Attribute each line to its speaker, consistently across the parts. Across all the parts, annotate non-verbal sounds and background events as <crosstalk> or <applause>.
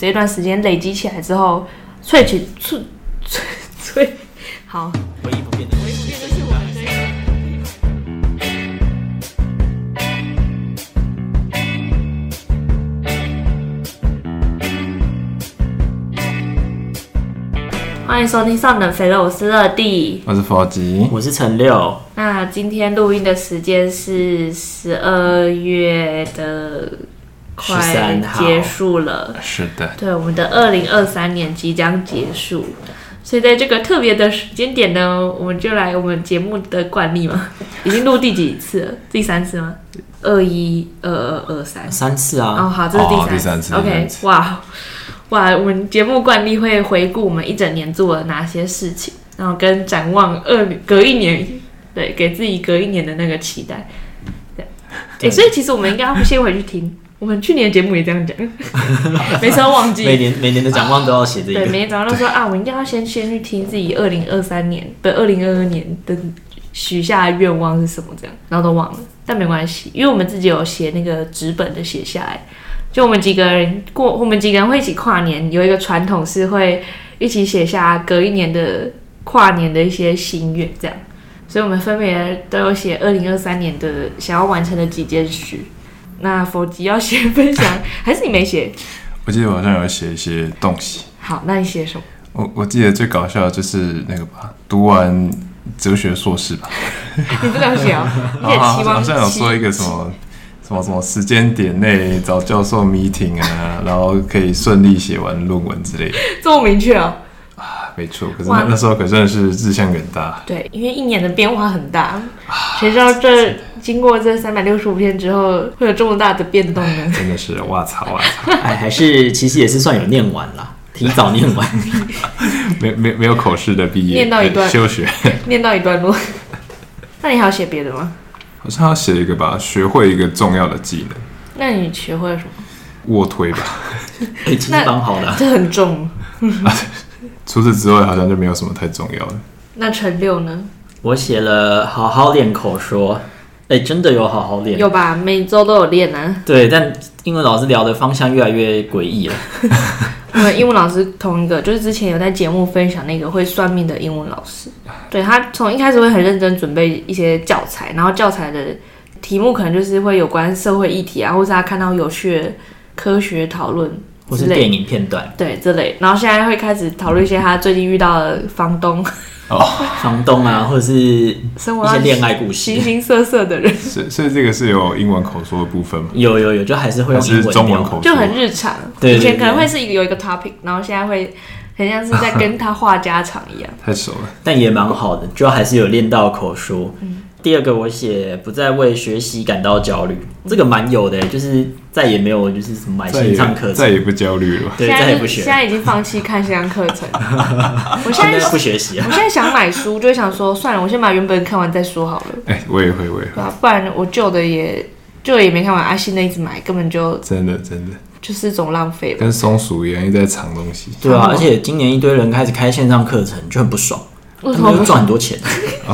Speaker 1: 这段时间累积起来之后，萃取萃萃萃，好，
Speaker 2: 唯一不变的，唯一不变就是我们这个。
Speaker 1: 欢迎收听《上等肥肉》，我是乐蒂。
Speaker 3: 我是佛吉，
Speaker 2: 我是陈六，
Speaker 1: 那今天录音的时间是十二月的快
Speaker 2: 13号
Speaker 1: 结束了，
Speaker 3: 是的，
Speaker 1: 对，我们的二零二三年即将结束。所以在这个特别的时间点呢，我们就来我们节目的惯例嘛，已经录第几次了？第三次吗？二一、二二、二三，
Speaker 2: 三次
Speaker 1: 哦，
Speaker 2: 啊，
Speaker 1: 好，这是
Speaker 3: 哦
Speaker 1: 第
Speaker 3: 第三
Speaker 1: 次。
Speaker 3: 次
Speaker 1: OK，
Speaker 3: 第三次
Speaker 1: 哇哇，我们节目惯例会回顾我们一整年做了哪些事情，然后跟展望二隔一年，对，给自己隔一年的那个期待。对，哎、
Speaker 2: 对
Speaker 1: 所以其实我们应该要先回去听，我们去年节目也这样
Speaker 2: <laughs>
Speaker 1: 讲， <laughs> 没时候忘
Speaker 2: 每
Speaker 1: 记。
Speaker 2: 年每年的展望都要写这
Speaker 1: 对，
Speaker 2: 个。
Speaker 1: 每天早上都说啊，我应该要先先去听自己二零二三年不二零二二年的许下的愿望是什么这样，然后都忘了，但没关系，因为我们自己有写那个纸本的写下来，就我们几个人过，我们几个人会一起跨年，有一个传统是会一起写下隔一年的跨年的一些心愿这样，所以我们分别都有写二零二三年的想要完成的几件事。那否极要写分享，还是你没写？
Speaker 3: 我记得我好像有写一些东西。
Speaker 1: 好，那你写什么？
Speaker 3: 我我记得最搞笑的就是那个吧，读完哲学硕士吧，
Speaker 1: 你这个写哦，你
Speaker 3: 然
Speaker 1: <laughs> 也
Speaker 3: 后
Speaker 1: 期
Speaker 3: 好
Speaker 1: 望
Speaker 3: 好像有说一个什么什么什么时间点内找教授 meeting 啊， <laughs> 然后可以顺利写完论文之类的。
Speaker 1: 这么明确哦？
Speaker 3: 啊没错，可是
Speaker 1: 哇
Speaker 3: 那那时候可真的是志向远大。
Speaker 1: 对，因为一年的变化很大，谁知道这经过这三百六十五天之后会有这么大的变动呢？
Speaker 3: 真的是，哇操哇
Speaker 1: <laughs>
Speaker 3: 操，
Speaker 2: 哎，还是其实也是算有念完啦，提早念完。
Speaker 1: <laughs>
Speaker 3: 没没没有口试的毕业，
Speaker 1: 念到一段
Speaker 3: 呃休学，
Speaker 1: 念到一段落，那你还要写别的吗？
Speaker 3: 好像要写一个吧，学会一个重要的技能，
Speaker 1: 那你学会了什么？
Speaker 3: 卧推吧。
Speaker 2: 哎，其实蛮好的啊。
Speaker 1: 这很重。
Speaker 3: 除此之外，好像就没有什么太重要的。
Speaker 1: 那陈六呢？
Speaker 2: 我写了好好练口说，哎，真的有好好练。
Speaker 1: 有吧？每周都有练啊。
Speaker 2: 对，但英文老师聊的方向越来越诡异了。
Speaker 1: 我们英文老师同一个，就是之前有在节目分享那个会算命的英文老师，对他从一开始会很认真准备一些教材，然后教材的题目可能就是会有关社会议题啊，或是他看到有趣的科学讨论
Speaker 2: 或
Speaker 1: 之
Speaker 2: 是
Speaker 1: 类
Speaker 2: 电，影片段，
Speaker 1: 对这类，然后现在会开始讨论一些他最近遇到的房东，
Speaker 2: 房东啊，或者是一
Speaker 1: 生活
Speaker 2: 些
Speaker 1: 上 <laughs>
Speaker 2: 恋爱故
Speaker 1: 形
Speaker 2: 事，
Speaker 1: 形色色
Speaker 2: <laughs>
Speaker 1: 的人，
Speaker 3: 所以所以这个是有英文口说的部分吗？
Speaker 2: 有有有，就还是会
Speaker 3: 还
Speaker 2: 用英
Speaker 3: 是
Speaker 2: 文
Speaker 3: 中
Speaker 2: 聊
Speaker 3: 文口
Speaker 1: 就很
Speaker 3: 说？
Speaker 1: 日常。
Speaker 2: 对对
Speaker 1: 以前可能
Speaker 2: 对
Speaker 1: 会是一个有一个 topic，然后现在会很像是在跟他话家常一样。
Speaker 3: 太熟了，
Speaker 2: 但也蛮好的，就还是有练到口说。
Speaker 1: 嗯
Speaker 2: 第二个我写不再为学习感到焦虑，
Speaker 1: 嗯
Speaker 2: 这个蛮有的，就是再也没有就是什么买
Speaker 3: 再
Speaker 2: 线上课
Speaker 3: 也再
Speaker 2: 程，
Speaker 3: 也不焦虑了吧。
Speaker 2: 对，
Speaker 1: 现
Speaker 2: 再
Speaker 1: 在
Speaker 2: 也
Speaker 1: 就
Speaker 2: 不
Speaker 1: 是
Speaker 2: 学
Speaker 1: 现，在已经放弃看线上课程。我现在
Speaker 2: 现在不学习啊
Speaker 1: 我。现在想买书，就会想说算了，我先把原本看完再说好了，
Speaker 3: 哎、我也会，我也会
Speaker 1: 对，吧、啊不然我旧的也旧的也没看完，啊，新的一直买，根本就
Speaker 3: 真的真的
Speaker 1: 就是一种浪费吧。
Speaker 3: 跟松鼠一样，一直在藏东西。
Speaker 2: 对啊，而且今年一堆人开始开线上课程，就很不爽。
Speaker 1: 为什
Speaker 2: 他们
Speaker 1: 么嗯
Speaker 2: 又？赚很多钱，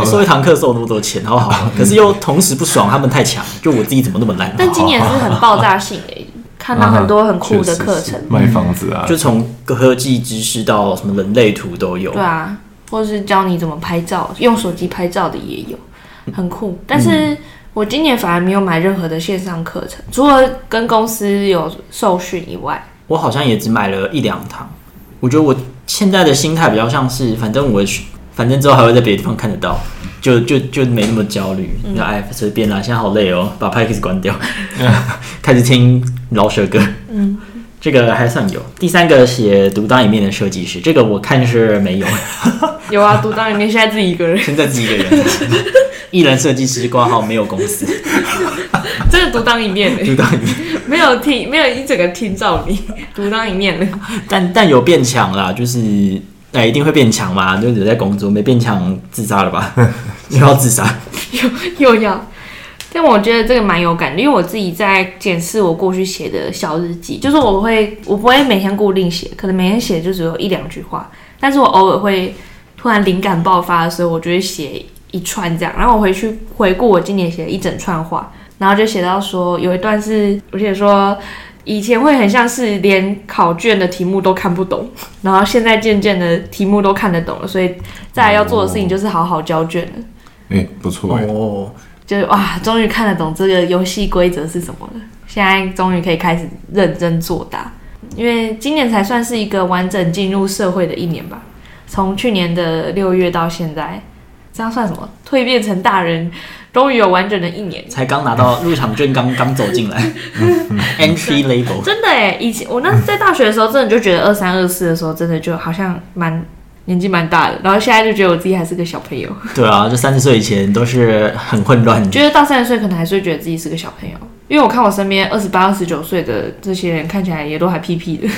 Speaker 2: 收一堂课收那么多钱，好好好，可是又同时不爽，他们太强，就我自己怎么那么烂？
Speaker 1: <laughs> 但今年是很爆炸性诶、看到很多很酷的课
Speaker 3: 确实
Speaker 1: 程
Speaker 3: 是，卖房子啊，
Speaker 2: 就从科技知识到什么人类图都有
Speaker 1: 对。啊，或是教你怎么拍照，用手机拍照的也有，很酷。但是我今年反而没有买任何的线上课程，除了跟公司有受训以外，
Speaker 2: 我好像也只买了一两堂。我觉得我现在的心态比较像是，反正我反正之后还会在别的地方看得到，就就就没那么焦虑。那哎，随便啦，现在好累哦，把 p a c k a g e 关掉， <laughs> 开始听老舍歌。嗯，这个还算有。第三个写独当一面的设计师，这个我看是没有， <laughs>
Speaker 1: 有啊，独当一面，现在自己一个人。
Speaker 2: 现在自己一个人，一人设计师挂号没有公司，
Speaker 1: 真的独当一面
Speaker 2: 独
Speaker 1: 的，
Speaker 2: 当一面。
Speaker 1: 没有听，没有一整个听照你，独当一面的。
Speaker 2: 但但有变强啦，就是哎、一定会变强嘛，就是有在工作，没变强自杀了吧？ <laughs> 又要自杀？
Speaker 1: <laughs> 又要。但我觉得这个蛮有感的，因为我自己在检视我过去写的小日记，就是我会，我不会每天固定写，可能每天写就只有一两句话，但是我偶尔会突然灵感爆发的时候，我就会写一串这样，然后我回去回顾我今年写的一整串话，然后就写到说有一段是，我写说以前会很像是连考卷的题目都看不懂， <laughs> 然后现在渐渐的题目都看得懂了，所以再来要做的事情就是好好交卷了。
Speaker 3: 哎、不错哎、
Speaker 2: 哦，
Speaker 1: 就是哇，终于看得懂这个游戏规则是什么了。现在终于可以开始认真作答，因为今年才算是一个完整进入社会的一年吧。从去年的六月到现在，这样算什么？蜕变成大人，终于有完整的一年。
Speaker 2: 才刚
Speaker 1: <laughs>
Speaker 2: 拿到入场券，刚刚走进来，entry level，
Speaker 1: 真的哎，以前我那在大学的时候，真的就觉得二三二四的时候，真的就好像蛮年纪蛮大的，然后现在就觉得我自己还是个小朋友，
Speaker 2: 对啊，就三十岁以前都是很混乱的，
Speaker 1: 觉得到三十岁可能还是会觉得自己是个小朋友，因为我看我身边二十八、二十九岁的这些人，看起来也都还屁屁的，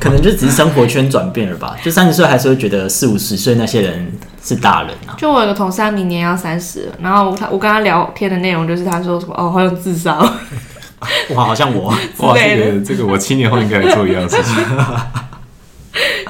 Speaker 2: 可能就只是生活圈转变了吧。就三十岁还是会觉得四五十岁那些人是大人啊，
Speaker 1: 就我有个同事，他明年要三十了，然后他我跟他聊天的内容就是他说什么哦，好想自杀哦， <laughs>
Speaker 2: 哇，好像我，
Speaker 3: 哇，
Speaker 1: 之类
Speaker 3: 这
Speaker 1: 的
Speaker 3: 个这个我七年后应该也做一样的
Speaker 1: <laughs>
Speaker 3: 事情，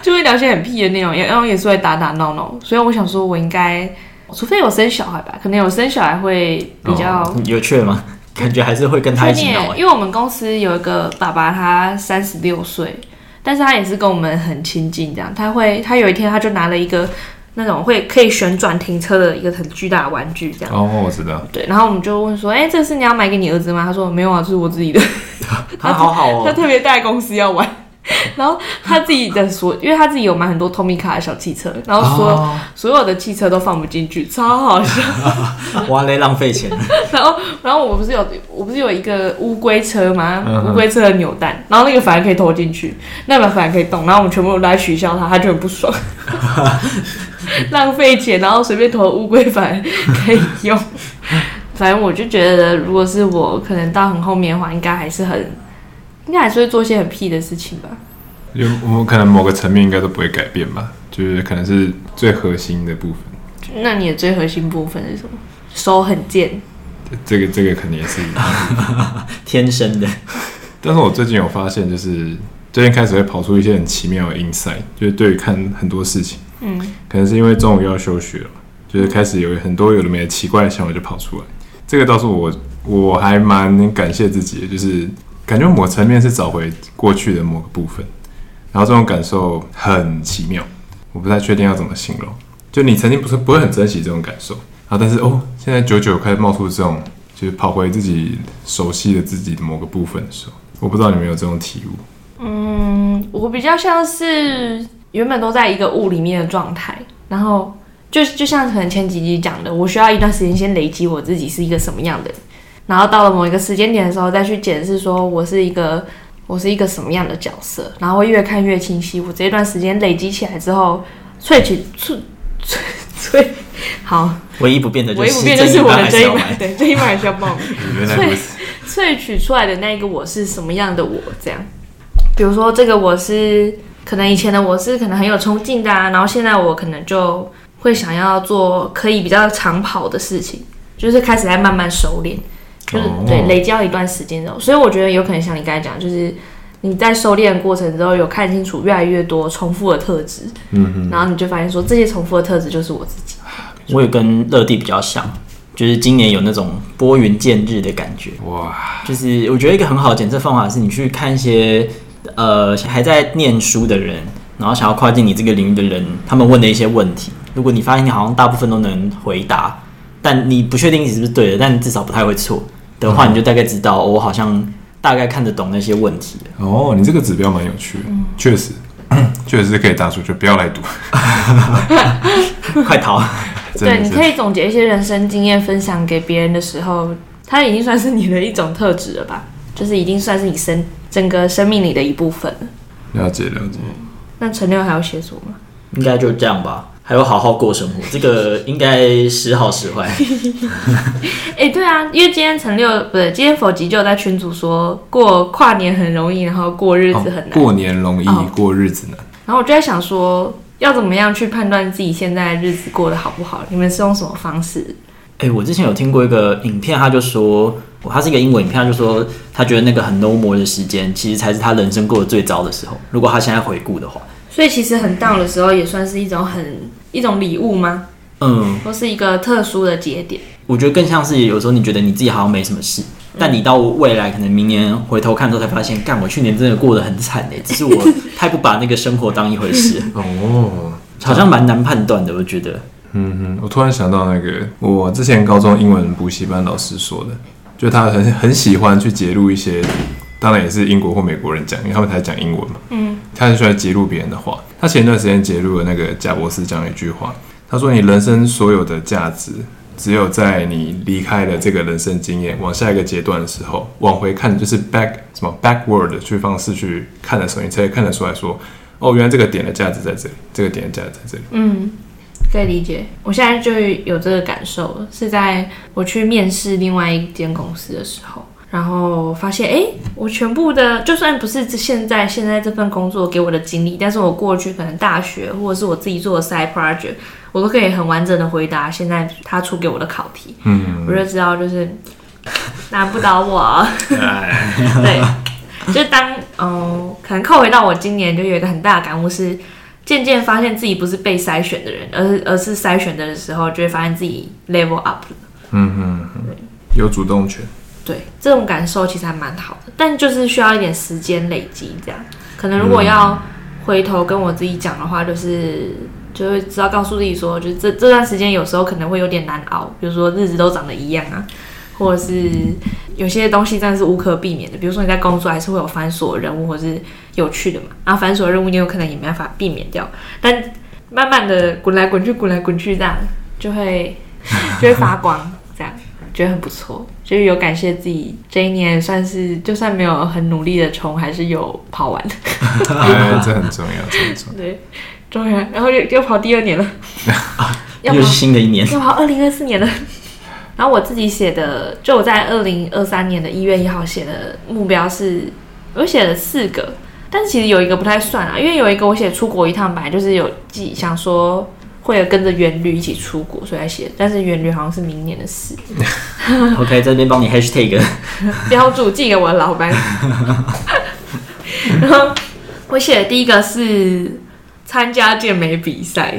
Speaker 1: 就会聊些很屁的内容，也然后也是会打打闹闹，所以我想说我应该，除非有生小孩吧，可能有生小孩会比较。
Speaker 2: 有趣吗？感觉还是会跟他
Speaker 1: 确
Speaker 2: 一起
Speaker 1: 定
Speaker 2: 闹、
Speaker 1: 耶，
Speaker 2: 欸，
Speaker 1: 因为我们公司有一个爸爸，他三十六岁，但是他也是跟我们很亲近，这样他会，他有一天他就拿了一个那种会可以旋转停车的一个很巨大的玩具，这样。
Speaker 3: 哦，我知道，
Speaker 1: 对，然后我们就问说，哎、这是你要买给你儿子吗？他说没有啊，这是我自己的，
Speaker 2: 他好好哦、
Speaker 1: 他特别带公司要玩。然后他自己的所，因为他自己有买很多 Tomica 的小汽车，然后所有、
Speaker 2: 哦
Speaker 1: 所有的汽车都放不进去，超好笑。
Speaker 2: 哇嘞，浪费钱，
Speaker 1: 然后，然后我不是有我不是有一个乌龟车吗？乌龟车的扭蛋，然后那个反而可以投进去，那个反而可以动，然后我们全部都来取消它，它就很不爽，浪费钱，然后随便投乌龟反而可以用。反正我就觉得，如果是我，可能到很后面的话，应该还是很，应该还是会做一些很屁的事情吧。
Speaker 3: 就我们可能某个层面应该都不会改变吧，就是可能是最核心的部分，
Speaker 1: 那你的最核心部分是什么？手很贱，
Speaker 3: 这个这个肯定也是一样。
Speaker 2: 天生的，
Speaker 3: 但是我最近有发现，就是最近开始会跑出一些很奇妙的 insight，就是对于看很多事情，
Speaker 1: 嗯，
Speaker 3: 可能是因为中午又要休学了嘛，就是开始有很多有的没的奇怪的想法就跑出来。这个倒是我我还蛮感谢自己的，就是感觉某层面是找回过去的某个部分，然后这种感受很奇妙，我不太确定要怎么形容。就你曾经不是不会很珍惜这种感受，然后但是哦，现在久久开始冒出这种，就是跑回自己熟悉的自己的某个部分的时候，我不知道你们有这种体悟。
Speaker 1: 我比较像是原本都在一个雾里面的状态，然后就就像可能前几集讲的，我需要一段时间先累积我自己是一个什么样的人，然后到了某一个时间点的时候，再去检视说我是一个我是一个什么样的角色，然后会越看越清晰。我这段时间累积起来之后，萃取萃萃萃，好，
Speaker 2: 唯一不变的就
Speaker 1: 唯一
Speaker 2: 是
Speaker 1: 不变就是我的
Speaker 2: 这
Speaker 1: 这
Speaker 2: 一
Speaker 1: 一
Speaker 2: 班还是要
Speaker 1: 版，
Speaker 2: 买，
Speaker 1: 对这一版还是要报名。
Speaker 3: 原来如此，
Speaker 1: 萃取出来的那一个我是什么样的我？这样，比如说这个我是可能以前的我是可能很有冲劲的啊，然后现在我可能就会想要做可以比较长跑的事情，就是开始在慢慢熟练，就是、
Speaker 3: 哦
Speaker 1: 对累积到一段时间之后，所以我觉得有可能像你刚才讲，就是你在收敛的过程之后有看清楚越来越多重复的特质，嗯哼，然后你就发现说这些重复的特质就是我自己，
Speaker 2: 我也跟乐蒂比较像，就是今年有那种拨云见日的感觉。
Speaker 3: 哇，
Speaker 2: 就是我觉得一个很好的检测方法是，你去看一些呃还在念书的人，然后想要跨进你这个领域的人，他们问的一些问题。如果你发现你好像大部分都能回答，但你不确定你是不是对的，但你至少不太会错的话，你就大概知道、哦我好像大概看得懂那些问题了。
Speaker 3: 哦，你这个指标蛮有趣的，
Speaker 1: 嗯
Speaker 3: 确实，确实是可以打出去，不要来读，
Speaker 2: <laughs> 快逃！
Speaker 1: 对，
Speaker 3: 真的
Speaker 1: 你
Speaker 3: 是
Speaker 1: 可以总结一些人生经验分享给别人的时候，它已经算是你的一种特质了吧？ <laughs> 就是已经算是你生整个生命里的一部分了。
Speaker 3: 了解了解。
Speaker 1: 那陈六还要写什么吗？
Speaker 2: 应该就这样吧。还有好好过生活，这个应该时好时坏。
Speaker 1: 哎、对啊，因为今天陈六不是今天否极就有在群组说过跨年很容易，然后过日子很难。
Speaker 3: 过年容易，
Speaker 1: 哦
Speaker 3: 过日子难。
Speaker 1: 然后我就在想说，要怎么样去判断自己现在日子过得好不好？你们是用什么方式？
Speaker 2: 哎、我之前有听过一个影片，他就说，哇他是一个英文影片，他就说他觉得那个很 normal 的时间，其实才是他人生过得最糟的时候。如果他现在回顾的话，
Speaker 1: 所以其实很 down 的时候，也算是一种很一种礼物吗？
Speaker 2: 嗯，
Speaker 1: 或是一个特殊的节点？
Speaker 2: 我觉得更像是有时候你觉得你自己好像没什么事，
Speaker 1: 嗯
Speaker 2: 但你到未来可能明年回头看之后才发现，干我去年真的过得很惨哎、只是
Speaker 1: <laughs>
Speaker 2: 我太不把那个生活当一回事，
Speaker 1: 嗯
Speaker 3: 哦，
Speaker 2: 好像蛮难判断的，我觉得。
Speaker 3: 嗯哼，我突然想到那个，我之前高中英文补习班老师说的，就他很很喜欢去揭露一些，当然也是英国或美国人讲，因为他们才讲英文嘛。嗯，他很喜欢揭露别人的话。他前段时间揭露了那个贾博士讲了一句话，他说：“你人生所有的价值，只有在你离开了这个人生经验，往下一个阶段的时候，往回看，就是 back 什么 backward 去方式去看的时候，你才会看得出来说，哦，原来这个点的价值在这里，这个点的价值在这里。”
Speaker 1: 嗯，可以理解。我现在就有这个感受了，是在我去面试另外一间公司的时候，然后发现，哎、我全部的，就算不是这现在现在这份工作给我的经历，但是我过去可能大学或者是我自己做的 side project，我都可以很完整的回答现在他出给我的考题，
Speaker 3: 嗯，
Speaker 1: 我就知道就是难不倒我。啊对，就当嗯，可能扣回到我今年就有一个很大的感悟是，渐渐发现自己不是被筛选的人，而是而是筛选的时候就会发现自己 level up 了。
Speaker 3: 有主动权。
Speaker 1: 对，这种感受其实还蛮好的，但就是需要一点时间累积。这样，可能如果要回头跟我自己讲的话，就是就会知道告诉自己说，就是这这段时间有时候可能会有点难熬，比如说日子都长得一样啊，或者是有些东西真的是无可避免的。比如说你在工作还是会有繁琐的任务，或是有趣的嘛，啊，繁琐的任务你有可能也没办法避免掉，但慢慢的滚来滚去，滚来滚去这样，就会 <laughs> 就会发光，这样觉得很不错，就是有感谢自己这一年算是就算没有很努力的冲，还是有跑完， <laughs>
Speaker 3: <laughs> 哎，这很重要，这很重
Speaker 1: 对，终于，然后又又跑第二年了，要跑
Speaker 2: 又是新的一年，
Speaker 1: <laughs> 要跑二零二四年了。然后我自己写的，就我在二零二三年的一月一号写的目标是，我写了四个，但其实有一个不太算啊，因为有一个我写出国一趟，本来就是有记想说会有跟着元旅一起出国，所以才写，但是元旅好像是明年的事，
Speaker 2: OK，在这边帮你 hashtag
Speaker 1: 标注寄给我的老板。然后我写的第一个是参加健美比赛，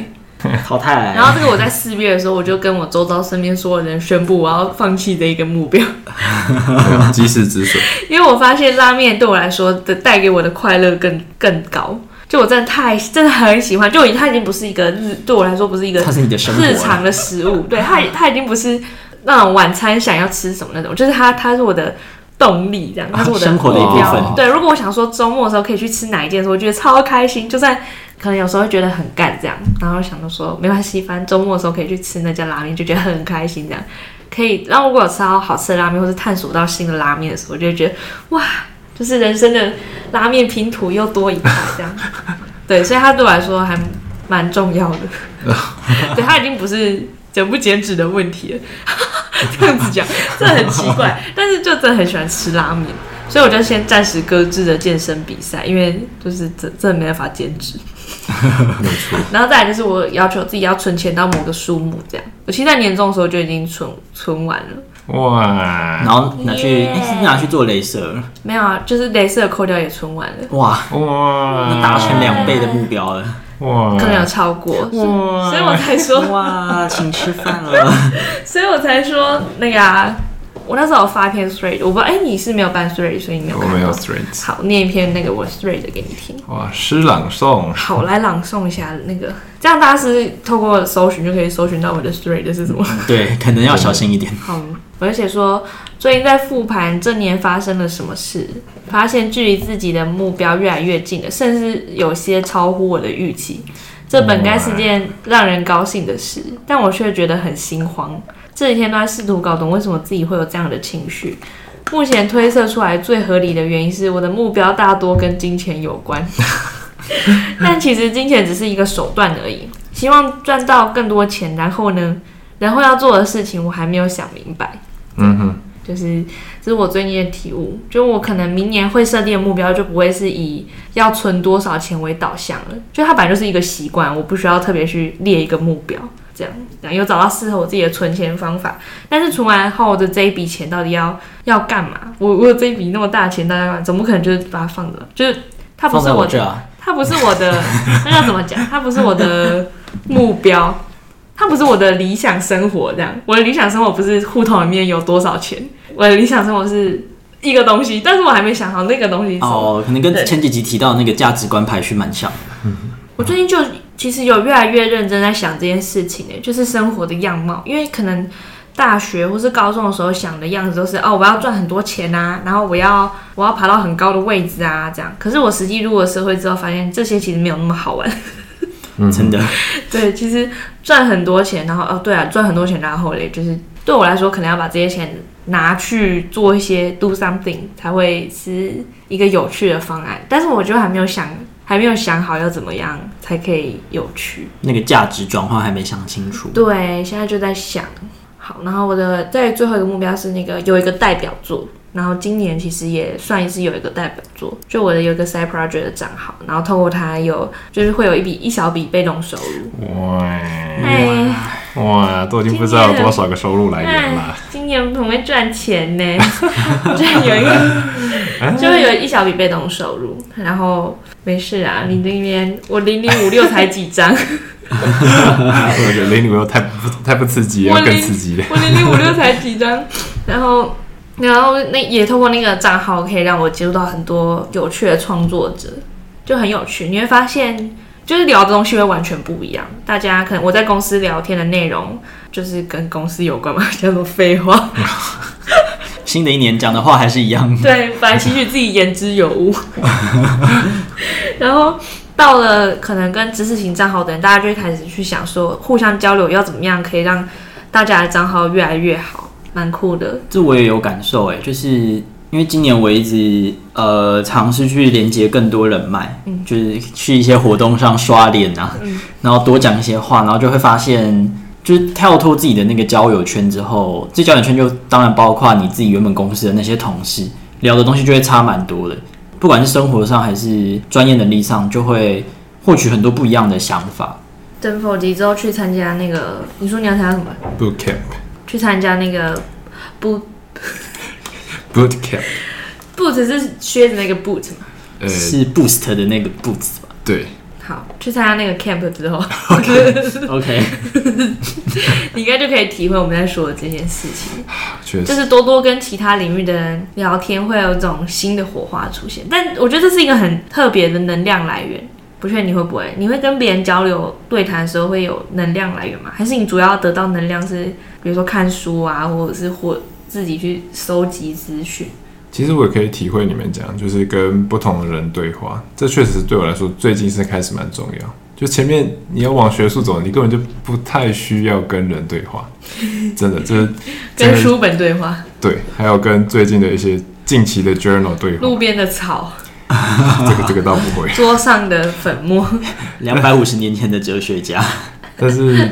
Speaker 2: 淘汰。
Speaker 1: 然后这个我在四月的时候，我就跟我周遭身边所有人宣布我要放弃这一个目标， <laughs>
Speaker 3: 要，及时止损。
Speaker 1: 因为我发现拉面对我来说的带给我的快乐更更高。就我真的太真的很喜欢，就已它已经不是一个日对我来说不是一个
Speaker 2: 它是你的生活啊
Speaker 1: 日常的食物，对它它已经不是那种晚餐想要吃什么那种，就是它它是我的动力，这样它是我的
Speaker 2: 啊生活的一部
Speaker 1: 目标
Speaker 2: 分
Speaker 1: 对，如果我想说周末的时候可以去吃哪一件的时候，我觉得超开心，就算可能有时候会觉得很干这样，然后想着说没关系，反正周末的时候可以去吃那家拉面，就觉得很开心这样。可以，然后如果有吃到好吃的拉面，或是探索到新的拉面的时候，我就会觉得哇，就是人生的拉面拼图又多一块这
Speaker 2: <laughs>
Speaker 1: 样。对，所以它对我来说还蛮重要的。对，它已经不是减不减脂的问题了。 <laughs> 这样子讲，这很奇
Speaker 3: <laughs>
Speaker 1: 怪，但是就真的很喜欢吃拉面，所以我就先暂时搁置了健身比赛，因为就是真真的没办法减脂。
Speaker 3: <laughs>
Speaker 1: 然后再来就是我要求自己要存钱到某个数目，这样。我其实在年终的时候就已经存存完了，
Speaker 3: 哇
Speaker 2: 然后拿去
Speaker 1: Yeah
Speaker 2: 诶是拿去做镭射，
Speaker 1: 没有啊，就是镭射扣掉也存完了，
Speaker 2: 哇，
Speaker 3: 哇
Speaker 2: 达成两倍的目标了，
Speaker 3: 哇
Speaker 1: 可能有超过，所以我才说，
Speaker 2: 哇，请吃饭了。
Speaker 1: 所以我才说那个啊，我那时候有发一篇 thread，我不知道，哎、你是没有办 thread，所以你没有
Speaker 3: 我
Speaker 1: 看到
Speaker 3: 没有 straight。
Speaker 1: 好，念一篇那个我 thread 的给你听。
Speaker 3: 哇，诗朗诵
Speaker 1: 好，来朗诵一下那个，这样大家是不是透过搜寻就可以搜寻到我的 thread 是什么。
Speaker 2: 对，可能要小心一点。
Speaker 1: 好，我就写说，最近在复盘这年发生了什么事，发现距离自己的目标越来越近了，甚至有些超乎我的预期。这本该是件让人高兴的事，但我却觉得很心慌。这几天都在试图搞懂为什么自己会有这样的情绪。目前推测出来最合理的原因是我的目标大多跟金钱有关，但其实金钱只是一个手段而已。希望赚到更多钱，然后呢，然后要做的事情我还没有想明白。
Speaker 3: 嗯哼，
Speaker 1: 就是这是我最近的体悟，就我可能明年会设定的目标就不会是以要存多少钱为导向了，就它本来就是一个习惯，我不需要特别去列一个目标，这样，然后有找到适合我自己的存钱方法。但是存完后的这一笔钱到底要要干嘛？我我有这一笔那么大的钱，大家总不可能就是把它放着，就是它不
Speaker 2: 放
Speaker 1: 是
Speaker 2: 在
Speaker 1: 我
Speaker 2: 我
Speaker 1: 的
Speaker 2: 这啊，
Speaker 1: 它不是我的，那要怎么讲？它不是我的目标，它不是我的理想生活，这样。我的理想生活不是户头里面有多少钱，我的理想生活是一个东西，但是我还没想好那个东西是什么。
Speaker 2: 哦，可能跟
Speaker 1: 对
Speaker 2: 前几集提到的那个价值观排序蛮像。
Speaker 1: 我最近就其实有越来越认真在想这件事情、欸，就是生活的样貌，因为可能大学或是高中的时候想的样子都是哦，我要赚很多钱啊，然后我要我要爬到很高的位置啊，这样。可是我实际入了社会之后，发现这些其实没有那么好玩。
Speaker 2: 真的，
Speaker 1: 对，其实赚很多钱，然后哦，对啊，赚很多钱，然后嘞，就是对我来说，可能要把这些钱拿去做一些 do something 才会是一个有趣的方案。但是我就还没有想，还没有想好要怎么样才可以有趣。
Speaker 2: 那个价值转换还没想清楚。
Speaker 1: 对，现在就在想。好，然后我的在最后一个目标是那个有一个代表作，然后今年其实也算是有一个代表作，就我的有一个 side project 的账号，然后透过它有就是会有一笔一小笔被动收入。
Speaker 3: 哇
Speaker 1: 哎，
Speaker 3: 哇，都已经不知道有多少个收入来源了。
Speaker 1: 今年很会赚钱呢，就有一个，就会有一小笔被动收入。然后没事啊，你那边我零零五六才几张，
Speaker 3: <laughs> 我觉得雷女又太不太不刺激，要
Speaker 1: 我零
Speaker 3: 更刺激了。
Speaker 1: 我零零五六才几张，然后。然后那也透过那个账号，可以让我接触到很多有趣的创作者，就很有趣。你会发现，就是聊的东西会完全不一样。大家可能我在公司聊天的内容，就是跟公司有关嘛，叫做废话。
Speaker 2: 新的一年讲的话还是一 <laughs> 样。
Speaker 1: 对，本来期许自己言之有物，然后到了可能跟知识型账号的人，大家就会开始去想说，互相交流要怎么样可以让大家的账号越来越好，蛮酷的。
Speaker 2: 这我也有感受哎，就是因为今年我一直呃尝试去连接更多人脉，就是去一些活动上刷脸啊，然后多讲一些话，然后就会发现。就是跳脱自己的那个交友圈之后，这交友圈就当然包括你自己原本公司的那些同事，聊的东西就会差蛮多的。不管是生活上还是专业能力上，就会获取很多不一样的想法。
Speaker 1: 登否极之后去参加那个，你说你要参加什么？
Speaker 3: Boot camp,
Speaker 1: 去参加那个 boot
Speaker 3: boot camp，
Speaker 1: boot 是靴子那个 boot 嘛？
Speaker 3: 呃，
Speaker 2: 是 Boost 的那个 Boost
Speaker 3: <laughs>
Speaker 2: 吧
Speaker 3: 对，
Speaker 1: 好，去参加那个 camp 之后， <laughs>
Speaker 2: ？OK，
Speaker 1: 你应该就可以体会我们在说的这件事情。
Speaker 3: 确
Speaker 1: 就
Speaker 3: 实，
Speaker 1: 是多多跟其他领域的人聊天，会有一种新的火花出现。但我觉得这是一个很特别的能量来源。不确定你会不会，你会跟别人交流对谈的时候会有能量来源吗？还是你主要得到能量是，比如说看书啊，或者是或自己去收集资讯？
Speaker 3: 其实我也可以体会你们讲，就是跟不同的人对话，这确实对我来说最近是开始蛮重要。就前面你要往学术走，你根本就不太需要跟人对
Speaker 1: <laughs>
Speaker 3: 话，真的，这是真
Speaker 1: 跟
Speaker 3: 的
Speaker 1: 书本对话，
Speaker 3: 对，还有跟最近的一些近期的 journal 对
Speaker 1: 路
Speaker 3: 话，
Speaker 1: 边的草，
Speaker 3: 这个这个倒
Speaker 1: <laughs>
Speaker 3: 不会，
Speaker 1: 桌上的粉末，
Speaker 2: 两百五十年前的哲学家。
Speaker 3: 但是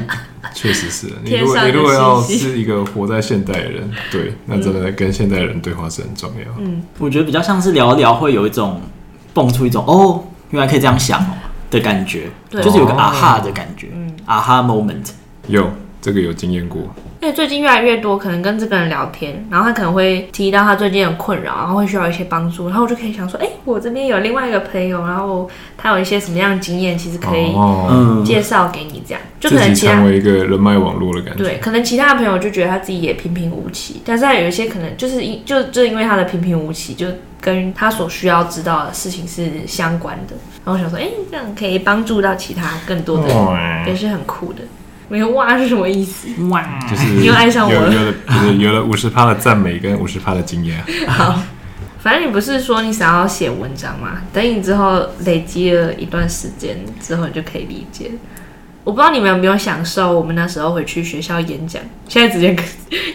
Speaker 3: 确实是你如
Speaker 1: 天
Speaker 3: 果
Speaker 1: 上的
Speaker 3: 你如果要
Speaker 1: 信息
Speaker 3: 是一个活在现代的人，对，那真
Speaker 1: 嗯
Speaker 3: 的跟现代人对话是很重要。
Speaker 2: 我觉得比较像是聊一聊，会有一种蹦出一种哦，原来可以这样想哦的感觉，
Speaker 1: 对
Speaker 2: 就是有个啊哈的感觉，啊哈 moment。
Speaker 3: 有这个有经验过，
Speaker 1: 因为最近越来越多可能跟这个人聊天，然后他可能会提到他最近的困扰，然后会需要一些帮助，然后我就可以想说，哎、我这边有另外一个朋友，然后他有一些什么样的经验，其实可以
Speaker 3: 哦，
Speaker 2: 嗯，
Speaker 1: 介绍给你，这样、就可
Speaker 3: 自
Speaker 1: 能
Speaker 3: 己
Speaker 1: 其
Speaker 3: 成
Speaker 1: 他。
Speaker 3: 为一个人脉网络的感觉。
Speaker 1: 对，可能其他的朋友就觉得他自己也平平无奇，但是他有一些可能就是因就就因为他的平平无奇，就跟他所需要知道的事情是相关的。然后我想说，哎、这样可以帮助到其他更多的人，
Speaker 3: 哇
Speaker 1: 也是很酷的。没有哇是什么意思？
Speaker 2: 哇，
Speaker 3: 就是
Speaker 1: <laughs> 你又爱上我了
Speaker 3: 有有了就是有了五十趴的赞美跟五十趴的经验，
Speaker 1: 反正你不是说你想要写文章吗？等你之后累积了一段时间之后，你就可以理解。我不知道你们有没有享受我们那时候回去学校演讲，现在直接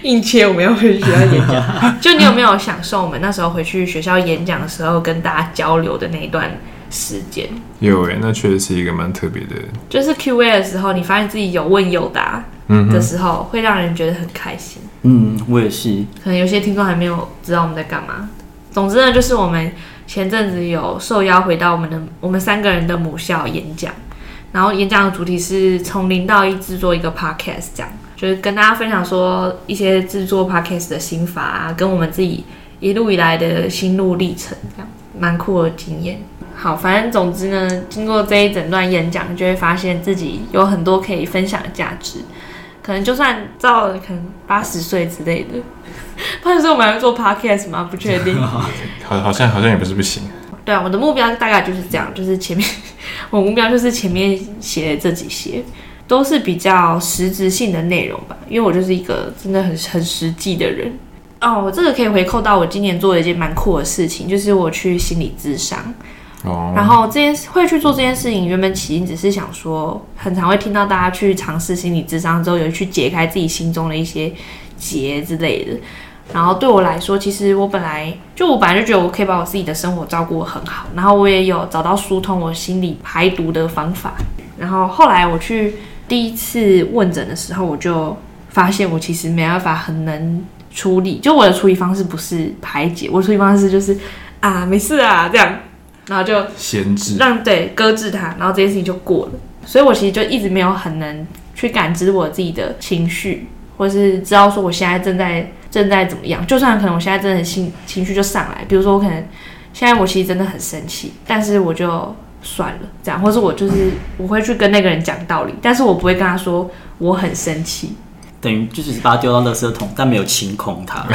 Speaker 1: 硬切我们要回去学校演讲。就你有没有享受我们那时候回去学校演讲的时候跟大家交流的那一段时间？
Speaker 3: 有诶、那确实是一个蛮特别的，
Speaker 1: 就是 Q&A 的时候，你发现自己有问有答
Speaker 3: 嗯
Speaker 1: 的时候，会让人觉得很开心。
Speaker 2: 嗯，我也是，
Speaker 1: 可能有些听众还没有知道我们在干嘛。总之呢，就是我们前阵子有受邀回到我们的我们三个人的母校演讲，然后演讲的主题是从零到一制作一个 podcast，这样就是跟大家分享说一些制作 podcast 的心法啊，跟我们自己一路以来的心路历程，这样蛮酷的经验。好，反正总之呢，经过这一整段演讲，就会发现自己有很多可以分享的价值。可能就算到可能八十岁之类的，八十岁我们还会做 podcast 吗？不确定。
Speaker 3: 好，好像好像也不是不行。
Speaker 1: 对啊，我的目标大概就是这样，就是前面我目标就是前面写的这几些都是比较实质性的内容吧，因为我就是一个真的很很实际的人。哦，这个可以回扣到我今年做的一件蛮酷的事情，就是我去心理咨商。
Speaker 3: 哦，
Speaker 1: 然后这件事会去做这件事情，原本起因只是想说，很常会听到大家去尝试心理智商之后，有去解开自己心中的一些结之类的。然后对我来说，其实我本来就我本来就觉得我可以把我自己的生活照顾得很好，然后我也有找到疏通我心理排毒的方法。然后后来我去第一次问诊的时候，我就发现我其实没办法很能处理，就我的处理方式不是排解，我的处理方式就是啊没事啊这样，然后就
Speaker 3: 闲置
Speaker 1: 让对搁置它，然后这件事情就过了。所以我其实就一直没有很能去感知我自己的情绪，或是知道说我现在正在正在怎么样。就算可能我现在真的很心情绪就上来，比如说我可能现在我其实真的很生气，但是我就算了这样，或是我就是我会去跟那个人讲道理，但是我不会跟他说我很生气。
Speaker 2: 等于就只是把它丢到垃圾桶，但没有清空它。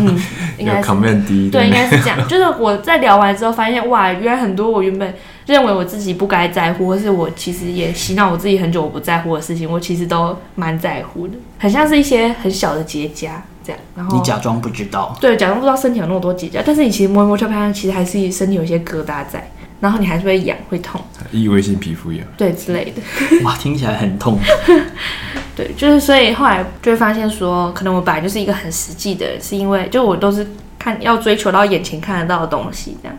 Speaker 1: 嗯，应
Speaker 3: 要
Speaker 1: 该是
Speaker 3: comment 低一
Speaker 1: 对，应
Speaker 3: 点，
Speaker 1: 该是这样。就是我在聊完之后发现，哇，原来很多我原本认为我自己不该在乎，或是我其实也洗脑我自己很久我不在乎的事情，我其实都蛮在乎的，很像是一些很小的结痂这样。然
Speaker 2: 你
Speaker 1: 后
Speaker 2: 假装不知道，
Speaker 1: 对，假装不知道身体有那么多结痂，但是你其实摸一摸就发现，其实还是身体有一些疙瘩在，然后你还是会痒、会痛，
Speaker 3: 异位性皮肤哦炎。
Speaker 1: 对之类的。
Speaker 2: 哇，听起来很痛。
Speaker 1: 对，就是所以后来就会发现说，可能我本来就是一个很实际的人，是因为就我都是看要追求到眼前看得到的东西这样，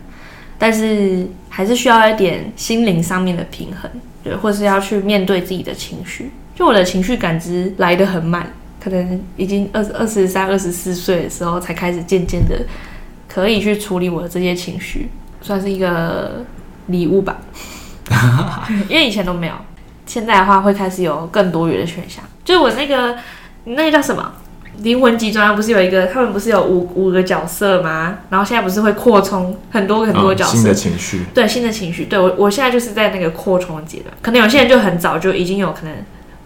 Speaker 1: 但是还是需要一点心灵上面的平衡，对，或是要去面对自己的情绪。就我的情绪感知来得很慢，可能已经二二十三、二十四岁的时候才开始渐渐的可以去处理我的这些情绪，算是一个礼物
Speaker 3: <laughs>
Speaker 1: 吧，因为以前都没有。现在的话会开始有更多元的选项。就是我那个那个叫什么灵魂集啊团，不是有一个他们不是有五五个角色吗？然后现在不是会扩充很多很多
Speaker 3: 嗯
Speaker 1: 角色，
Speaker 3: 新的情绪，
Speaker 1: 对新的情绪，对我我现在就是在那个扩充的阶段，可能有些人就很早就已经有可能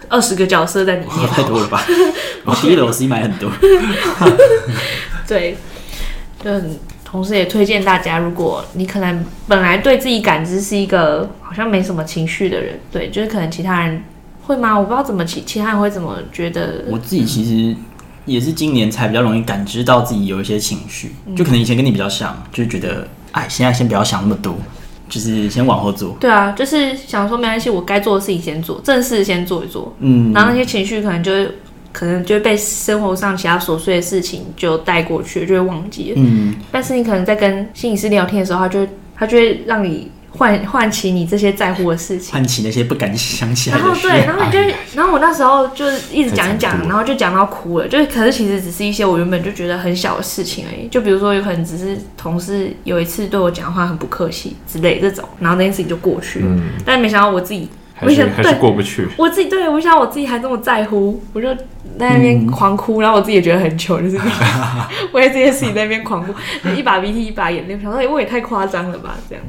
Speaker 1: 二十个角色在里
Speaker 2: 哇 <laughs>
Speaker 1: 面，
Speaker 2: 太多了吧？我第一楼 C 买很多，
Speaker 1: 对，就很同时也推荐大家，如果你可能本来对自己感知是一个好像没什么情绪的人，对，就是可能其他人会吗？我不知道怎么其其他人会怎么觉得，
Speaker 2: 我自己其实也是今年才比较容易感知到自己有一些情绪，就可能以前跟你比较像，就觉得哎，现在先不要想那么多，就是先往后做。
Speaker 1: 对啊，就是想说没关系，我该做的事情先做，正事先做一做，
Speaker 2: 嗯，
Speaker 1: 然后那些情绪可能就会可能就会被生活上其他琐碎的事情就带过去，就会忘记了。
Speaker 2: 嗯，
Speaker 1: 但是你可能在跟心理师聊天的时候，他就会他就会让你唤唤起你这些在乎的事情。
Speaker 2: 唤起那些不敢想起来
Speaker 1: 然
Speaker 2: 的
Speaker 1: 后
Speaker 2: 事。
Speaker 1: 对，然后你就会，然后我那时候就是一直讲一
Speaker 3: 太残
Speaker 1: 讲，
Speaker 3: 酷了
Speaker 1: 然后就讲到哭了。就是，可是其实只是一些我原本就觉得很小的事情而已。就比如说，有可能只是同事有一次对我讲话很不客气之类这种，然后那件事情就过去了。
Speaker 3: 嗯，
Speaker 1: 但没想到我自己
Speaker 3: 还是
Speaker 1: 我以前
Speaker 3: 还是
Speaker 1: 对
Speaker 3: 过不去。
Speaker 1: 我自己对我想我自己还这么在乎，我就在那边狂哭，然后我自己也觉得很糗，就是 <laughs> 我为这件事情在那边狂哭，就一把鼻涕一把眼泪，我想说哎我也太夸张了吧，这样。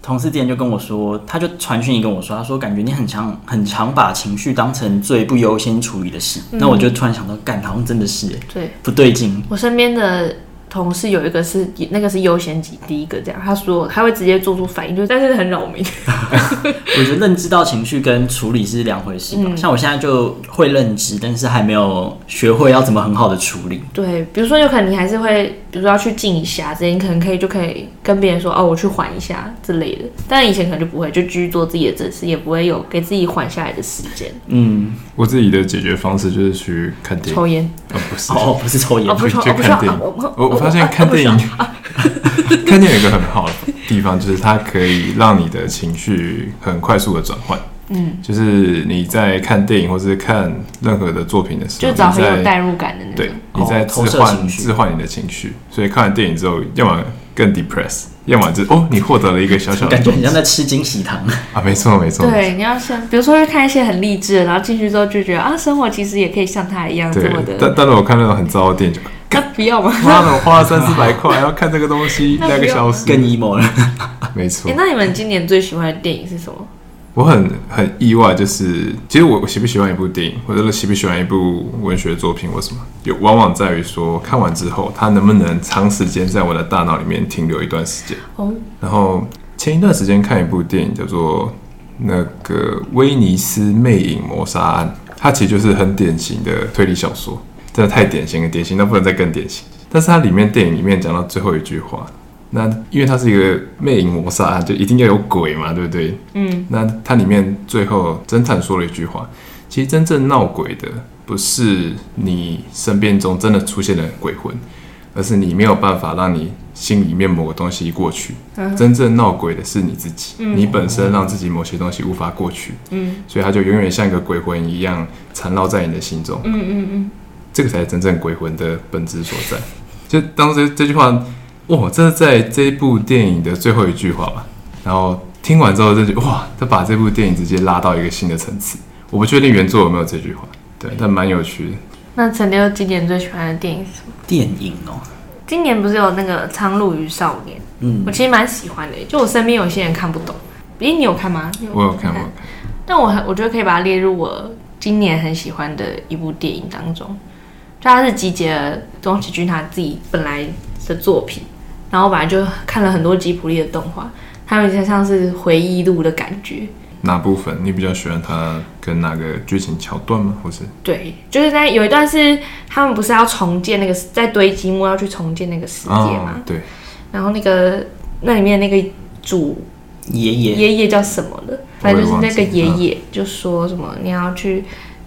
Speaker 2: 同事之前就跟我说，他就传讯息跟我说，他说感觉你很常很常把情绪当成最不优先处理的事。那我就突然想到，干，好像真的是欸
Speaker 1: 对
Speaker 2: 不对劲。
Speaker 1: 我身边的同事有一个是那个是优先级第一个，这样他说他会直接做出反应，就但是很扰民。
Speaker 2: 我觉得认知到情绪跟处理是两回事吧。像我现在就会认知，但是还没有学会要怎么很好的处理。
Speaker 1: <laughs> 对，比如说有可能你还是会，比如说要去静一下之类，你可能可以就可以跟别人说哦，我去缓一下之类的。但以前可能就不会，就继续做自己的正事，也不会有给自己缓下来的时间。
Speaker 2: 嗯，
Speaker 3: 我自己的解决方式就是去看电影，
Speaker 1: 抽烟。
Speaker 3: 啊不
Speaker 2: <laughs>
Speaker 3: 是，
Speaker 2: 哦，不是抽 <laughs> 烟
Speaker 1: 哦，，不是抽，
Speaker 3: 去
Speaker 1: 哦不是
Speaker 3: 看
Speaker 1: 哦
Speaker 3: 电影
Speaker 1: 哦哦
Speaker 3: 我我发现看电影，
Speaker 1: 啊
Speaker 3: <laughs> 看电影有一个很好的地方，就是它可以让你的情绪很快速的转
Speaker 1: <laughs>
Speaker 3: 换。嗯，就是你在看电影或是看任何的作品的时候，
Speaker 1: 就找很有
Speaker 3: 你在
Speaker 1: 代入感的那
Speaker 3: 对
Speaker 1: 种。，
Speaker 3: 你在置
Speaker 2: 哦投射
Speaker 3: 换
Speaker 2: 情绪
Speaker 3: 置换你的情绪，所以看完电影之后，要么更 depress，要么就哦，你获得了一个小小的
Speaker 2: 感觉很像在吃惊喜糖。
Speaker 3: 啊，没错没错，没
Speaker 1: 对，你要先，比如说去看一些很励志的，然后进去之后就觉得啊，生活其实也可以像他一样
Speaker 3: 错
Speaker 1: 这么
Speaker 3: 对，但
Speaker 1: 的。
Speaker 3: 但是我看那种很糟的电影就，
Speaker 1: 那不要
Speaker 3: <laughs>
Speaker 1: 吗？
Speaker 3: 妈的，我花了三四百块，要看这个东
Speaker 1: <laughs>
Speaker 3: 西
Speaker 1: 那
Speaker 3: 两个
Speaker 1: 不要哎
Speaker 3: 小时
Speaker 2: 更，emo 了。
Speaker 3: 没错
Speaker 1: 诶，那你们今年最喜欢的电影是什么？
Speaker 3: 我很很意外，就是其实我喜不喜欢一部电影，或者是喜不喜欢一部文学作品或什么，有往往在于说看完之后，它能不能长时间在我的大脑里面停留一段时间。
Speaker 1: 哦，
Speaker 3: 然后前一段时间看一部电影叫做那个《威尼斯魅影谋杀案》，它其实就是很典型的推理小说，真的太典型了，典型到不能再更典型。但是它里面电影里面讲到最后一句话，那因为它是一个魅影谋杀案，就一定要有鬼嘛，对不对？
Speaker 1: 嗯，
Speaker 3: 那它里面最后侦探说了一句话，其实真正闹鬼的不是你身边中真的出现了鬼魂，而是你没有办法让你心里面某个东西过去。
Speaker 1: 嗯
Speaker 3: 真正闹鬼的是你自己，你本身让自己某些东西无法过去，
Speaker 1: 嗯
Speaker 3: 所以它就永远像一个鬼魂一样缠绕在你的心中。
Speaker 1: 嗯嗯嗯，
Speaker 3: 这个才是真正鬼魂的本质所在。就当时这句话，哇，这是在这部电影的最后一句话吧。然后听完之后，这就哇，他把这部电影直接拉到一个新的层次。我不确定原作有没有这句话，对，但蛮有趣的。
Speaker 1: 那陈六今年最喜欢的电影是什么？
Speaker 2: 电影哦，
Speaker 1: 今年不是有那个《苍鹭与少年》，
Speaker 2: 嗯
Speaker 1: 我，其实蛮喜欢的，就我身边有些人看不懂。咦，你有啊看吗？你
Speaker 3: 我有看过，
Speaker 1: 但我很我觉得可以把它列入我今年很喜欢的一部电影当中。就它是集结了宫崎骏他自己本来的作品，然后我本来就看了很多吉卜力的动画，它有点像是回忆录的感觉。
Speaker 3: 哪部分你比较喜欢它跟哪个剧情桥段吗？或是
Speaker 1: 对，就是在有一段是他们不是要重建那个在堆积木要去重建那个世界嘛，
Speaker 3: 哦，对，
Speaker 1: 然后那个那里面那个主
Speaker 2: 爷 <laughs> 爷，
Speaker 1: 爷爷叫什么的，
Speaker 3: 我
Speaker 1: 反
Speaker 3: 也
Speaker 1: 正就是
Speaker 3: 忘记
Speaker 1: 那个爷爷就说什么你要去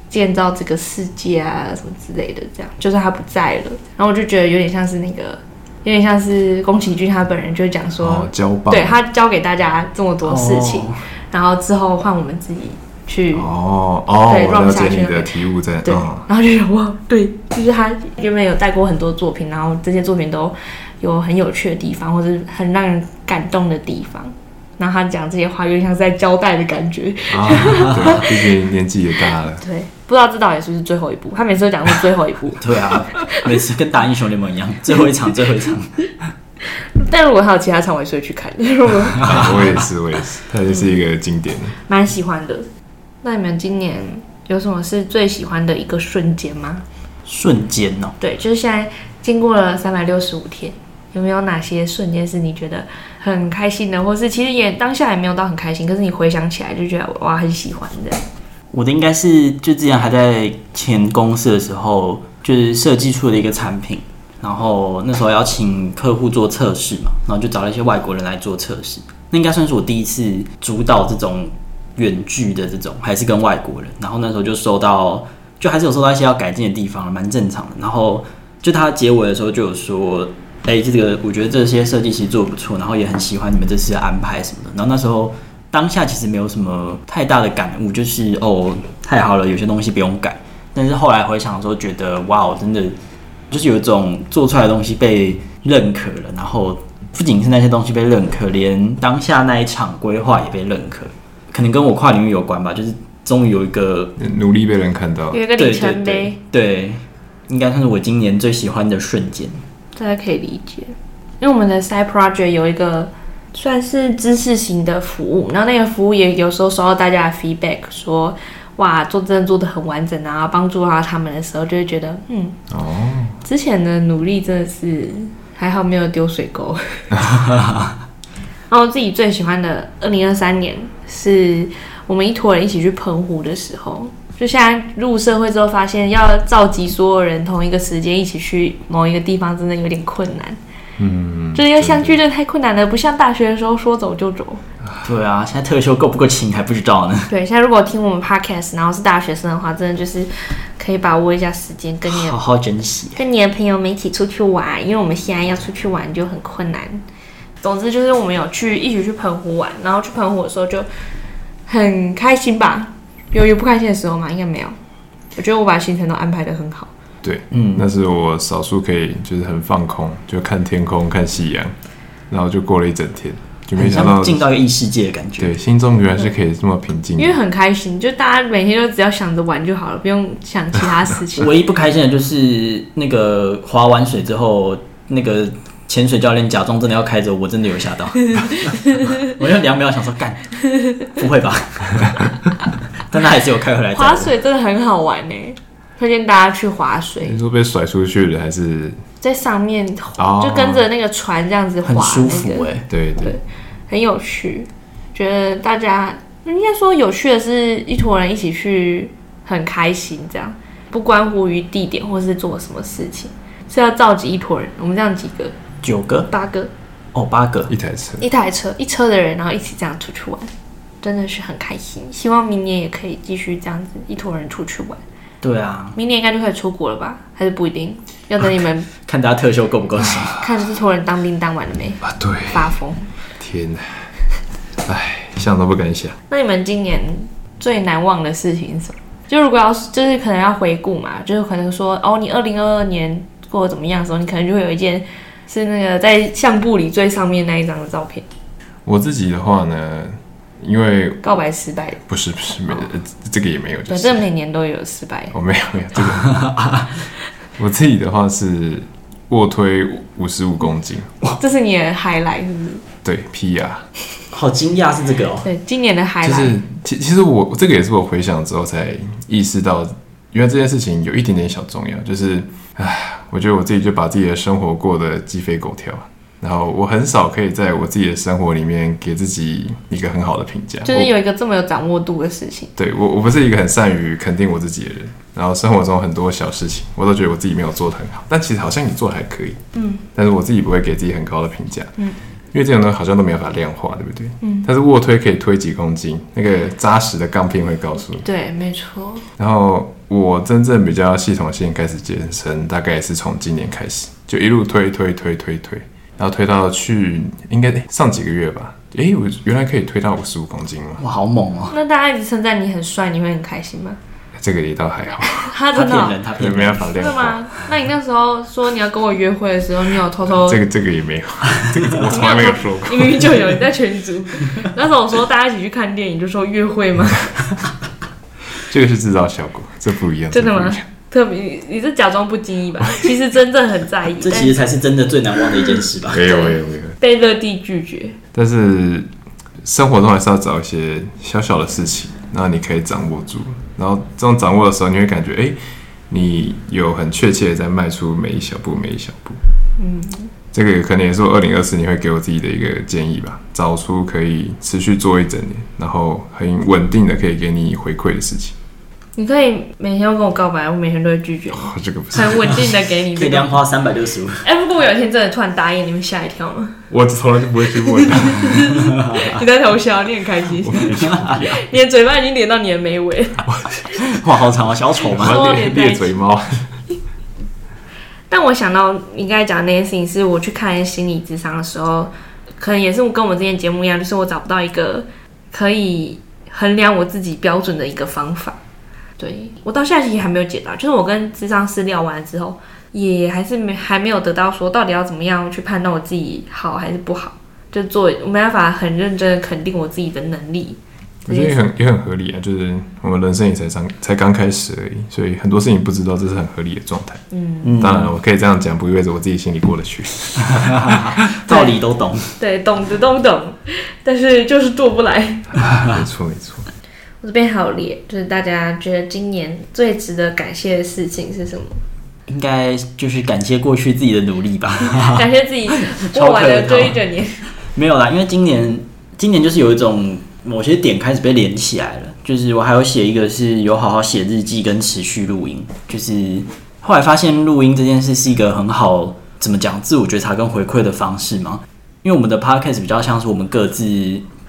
Speaker 1: 建造这个世界啊什么之类的，这样就是他不在了，然后我就觉得有点像是那个，有点像是宫崎骏他本人就讲说，
Speaker 3: 哦，交棒，
Speaker 1: 对他教给大家这么多事情，
Speaker 2: 哦。
Speaker 1: 然后之后换我们自己去。
Speaker 3: 哦哦，
Speaker 1: 对
Speaker 3: 我了
Speaker 1: run 下
Speaker 3: 解
Speaker 1: 去
Speaker 3: 你
Speaker 1: 那
Speaker 3: 的
Speaker 1: 边
Speaker 3: 体悟在，
Speaker 1: 对，
Speaker 3: 哦，
Speaker 1: 然后就想哇，对，就是他原本有带过很多作品，然后这些作品都有很有趣的地方，或者是很让人感动的地方。然后他讲这些话，有点像是在交代的感觉。
Speaker 3: 啊，对，毕竟年纪也大
Speaker 1: <laughs>
Speaker 3: 了，
Speaker 1: 对，不知道这导演是不是最后一部，他每次都讲是最后一部 <laughs>
Speaker 2: 对啊，每次跟打英雄联盟一样，最后一场，最后一场，
Speaker 1: 但如果还有其他场，我也是会去看，因为我
Speaker 3: 啊我也是，我也是，它就是一个经典的。
Speaker 1: <laughs> 蛮喜欢的。那你们今年有什么是最喜欢的一个瞬间吗？
Speaker 2: 瞬间哦，
Speaker 1: 对，就是现在经过了三百六十五天，有没有哪些瞬间是你觉得很开心的，或是其实也当下也没有到很开心，可是你回想起来就觉得哇很喜欢的。
Speaker 2: 我的应该是就之前还在前公司的时候，就是设计出了一个产品，然后那时候要请客户做测试嘛，然后就找了一些外国人来做测试。那应该算是我第一次主导这种远距的这种，还是跟外国人。然后那时候就收到，就还是有收到一些要改进的地方，蛮正常的。然后就他结尾的时候就有说。哎、这个我觉得这些设计其实做得不错，然后也很喜欢你们这次的安排什么的。然后那时候当下其实没有什么太大的感悟，就是哦，太好了，有些东西不用改。但是后来回想的时候，觉得哇，我真的就是有一种做出来的东西被认可了，然后不仅是那些东西被认可，连当下那一场规划也被认可，可能跟我跨领域有关吧，就是终于有一个
Speaker 3: 努力被人看到，
Speaker 1: 有一个
Speaker 2: 对
Speaker 1: 里程
Speaker 2: 对
Speaker 1: 碑，
Speaker 2: 对对，应该算是我今年最喜欢的瞬间。
Speaker 1: 大家可以理解，因为我们的 side project 有一个算是知识型的服务，然后那个服务也有时候收到大家的 feedback 说。哇，做真的做的很完整啊！帮助到他们的时候，就会觉得，嗯，
Speaker 3: 哦，
Speaker 1: 之前的努力真的是还好没有丢水 <laughs> 沟。然后我自己最喜欢的二零二三年是我们一坨人一起去澎湖的时候。就现在入社会之后，发现要召集所有人同一个时间一起去某一个地方，真的有点困难。
Speaker 3: 嗯，
Speaker 1: 就是要相聚，真的太困难了，不像大学的时候说走就走。
Speaker 2: 对啊，现在特休够不够勤还不知道呢。
Speaker 1: 对，现在如果听我们 podcast，然后是大学生的话，真的就是可以把握一下时间，跟你的
Speaker 2: 好好珍惜。
Speaker 1: 跟你的朋友们一起出去玩，因为我们现在要出去玩就很困难。总之就是我们有去一起去澎湖玩，然后去澎湖的时候就很开心吧，有有不开心的时候吗？应该没有。我觉得我把行程都安排的很好，
Speaker 3: 对，
Speaker 2: 嗯
Speaker 3: 那是我少数可以就是很放空，就看天空、看夕阳，然后就过了一整天，就没
Speaker 2: 很
Speaker 3: 想
Speaker 2: 像
Speaker 3: 到，
Speaker 2: 进到一个异世界的感觉。
Speaker 3: 对，心中原来是可以这么平静的
Speaker 1: 因为很开心，就大家每天都只要想着玩就好了，不用想
Speaker 2: <laughs> 啊
Speaker 1: 其他事情。
Speaker 2: 唯一不开心的就是那个滑完水之后，那个潜水教练假装真的要开着，我真的有吓到，
Speaker 1: <laughs>
Speaker 2: 我要两秒想说干，不会
Speaker 1: <laughs>
Speaker 2: 吧？但他还是有开回来载
Speaker 1: 划
Speaker 2: 我。
Speaker 1: 水真的很好玩呢、推荐大家去划水
Speaker 3: 你，说被甩出去了还是？
Speaker 1: 在上面划
Speaker 3: 哦
Speaker 1: 就跟着那个船这样子划、那
Speaker 2: 很
Speaker 1: 个，
Speaker 2: 舒服哎、
Speaker 3: 对对
Speaker 1: 对很有趣。觉得大家应该说有趣的是，一坨人一起去很开心，这样不关乎于地点或是做什么事情，是要召集一坨人。我们这样几个，
Speaker 2: 九个
Speaker 1: 八个，
Speaker 2: 哦，八个，
Speaker 3: 一台车，
Speaker 1: 一台车，一车的人，然后一起这样出去玩，真的是很开心。希望明年也可以继续这样子一坨人出去玩。
Speaker 2: 对啊，
Speaker 1: 明年应该就可以出国了吧？还是不一定？要等你们
Speaker 2: 看大家特修够不够行。
Speaker 1: <laughs> 看这坨人当兵当完了没？
Speaker 3: 啊，对，
Speaker 1: 发疯。
Speaker 3: 天哪，哎，想都不敢想。
Speaker 1: 那你们今年最难忘的事情是什么？就如果要就是可能要回顾嘛，就是可能说哦，你二零二二年过得怎么样的时候，你可能就会有一件是那个在相簿里最上面那一张的照片，
Speaker 3: 我自己的话呢，因为
Speaker 1: 告白失败的。
Speaker 3: 不是不是没、呃这个也没有，就
Speaker 1: 反
Speaker 3: 是
Speaker 1: 正每年都有失败的。
Speaker 3: 我没有没有 <laughs> 这个。我自己的话是卧推五十五公斤，
Speaker 1: 这是你的 highlight 是不是？
Speaker 3: 对 PR，
Speaker 2: 好惊讶是这个哦，
Speaker 1: 对，今年的 highlight、
Speaker 3: 就是其其实我这个也是我回想之后才意识到，原来这件事情有一点点小重要，就是唉，我觉得我自己就把自己的生活过得鸡飞狗跳，然后我很少可以在我自己的生活里面给自己一个很好的评价，
Speaker 1: 就是
Speaker 3: 我
Speaker 1: 有一个这么有掌握度的事情，
Speaker 3: 对我，我不是一个很善于肯定我自己的人。然后生活中很多小事情，我都觉得我自己没有做得很好，但其实好像你做的还可以。嗯。但是我自己不会给自己很高的评价。嗯。因为这种东西好像都没有办法量化，对不对？嗯。但是卧推可以推几公斤，那个扎实的杠片会告诉你。
Speaker 1: 对，没错，
Speaker 3: 然后我真正比较系统性开始健身，大概也是从今年开始，就一路推推推推推，然后推到去应该诶上几个月吧。诶，我原来可以推到五十五公斤吗？
Speaker 2: 哇，好猛哦！
Speaker 1: 那大家一直称赞你很帅，你会很开心吗？
Speaker 3: 这个也倒还好， <laughs>
Speaker 1: 他
Speaker 2: 他
Speaker 1: 真的
Speaker 2: 骗
Speaker 1: 哦、
Speaker 2: 人，他
Speaker 3: 也
Speaker 2: 骗
Speaker 3: 没
Speaker 2: 人
Speaker 3: 办。法
Speaker 1: 真
Speaker 3: 量
Speaker 1: 的
Speaker 3: 化。
Speaker 1: 吗？那你那时候说你要跟我约会的时候，你有偷偷，
Speaker 3: 这个这个也没有，这个我从来没有说
Speaker 1: <laughs>
Speaker 3: 过。
Speaker 1: 你明明就有你在群
Speaker 2: <laughs>
Speaker 1: 组。那时候我说大家一起去看电影，就说约会吗？
Speaker 3: <laughs> 这个是制造效果，这不一样。
Speaker 1: 真的
Speaker 3: 这
Speaker 1: 吗
Speaker 3: 不一样？
Speaker 1: 特别，你你是假装不经
Speaker 2: <laughs>
Speaker 1: 意吧？其实真正很在意，
Speaker 2: 这
Speaker 1: 但
Speaker 2: 其实才是真的最难忘的一件事吧。
Speaker 3: 没有没有没有，
Speaker 1: 被乐蒂拒绝。
Speaker 3: <laughs> 但是生活中还是要找一些小小的事情，然后你可以掌握住。然后这种掌握的时候，你会感觉哎、诶你有很确切的在迈出每一小步，每一小步。嗯，这个可能也是我二零二四年会给我自己的一个建议吧，找出可以持续做一整年，然后很稳定的可以给你回馈的事情。
Speaker 1: 你可以每天都跟我告白，我每天都会拒绝你，
Speaker 3: 哦，这个不是，
Speaker 1: 很稳定的给你
Speaker 2: 可以
Speaker 1: 这
Speaker 2: 量
Speaker 1: 个。
Speaker 2: 花三百
Speaker 1: <laughs>
Speaker 2: 六十五，
Speaker 1: 哎、如果我有一天真的突然答应，你会吓一跳吗？
Speaker 3: 我从来就不会去问他。
Speaker 2: 啊
Speaker 1: 你在偷笑，你很开
Speaker 2: <laughs>
Speaker 1: 心，你的嘴巴已经连到你的眉尾。
Speaker 2: 哇，好长哦，小丑
Speaker 3: 我
Speaker 2: 吗？
Speaker 3: 要猎猎嘴猫。
Speaker 2: <laughs>
Speaker 1: 但我想到你刚才讲的那件事情，是我去看心理智商的时候，可能也是跟我们之前节目一样，就是我找不到一个可以衡量我自己标准的一个方法。对我到现在其实还没有解答，就是我跟智商师聊完之后，也还是没还没有得到说到底要怎么样去判断我自己好还是不好，就做我没办法很认真的肯定我自己的能力。
Speaker 3: 我觉得也很也很合理啊，就是我们人生也才刚才刚开始而已，所以很多事情不知道，这是很合理的状态。嗯，当然了，我可以这样讲，不意味着我自己心里过得
Speaker 2: <laughs>
Speaker 3: 去。
Speaker 2: 道理都懂，
Speaker 1: 对，懂的都懂，但是就是做不来。
Speaker 3: 没错，没错。
Speaker 1: 我这边还有列，就是大家觉得今年最值得感谢的事情是什么？
Speaker 2: 应该就是感谢过去自己的努力吧。
Speaker 1: 感谢自己
Speaker 2: 超
Speaker 1: 过完
Speaker 2: 客
Speaker 1: 了
Speaker 2: 套
Speaker 1: 这一整年。
Speaker 2: 没有啦，因为今年今年就是有一种某些点开始被连起来了，就是我还有写一个是有好好写日记跟持续录音，就是后来发现录音这件事是一个很好怎么讲自我觉察跟回馈的方式嘛，因为我们的 podcast 比较像是我们各自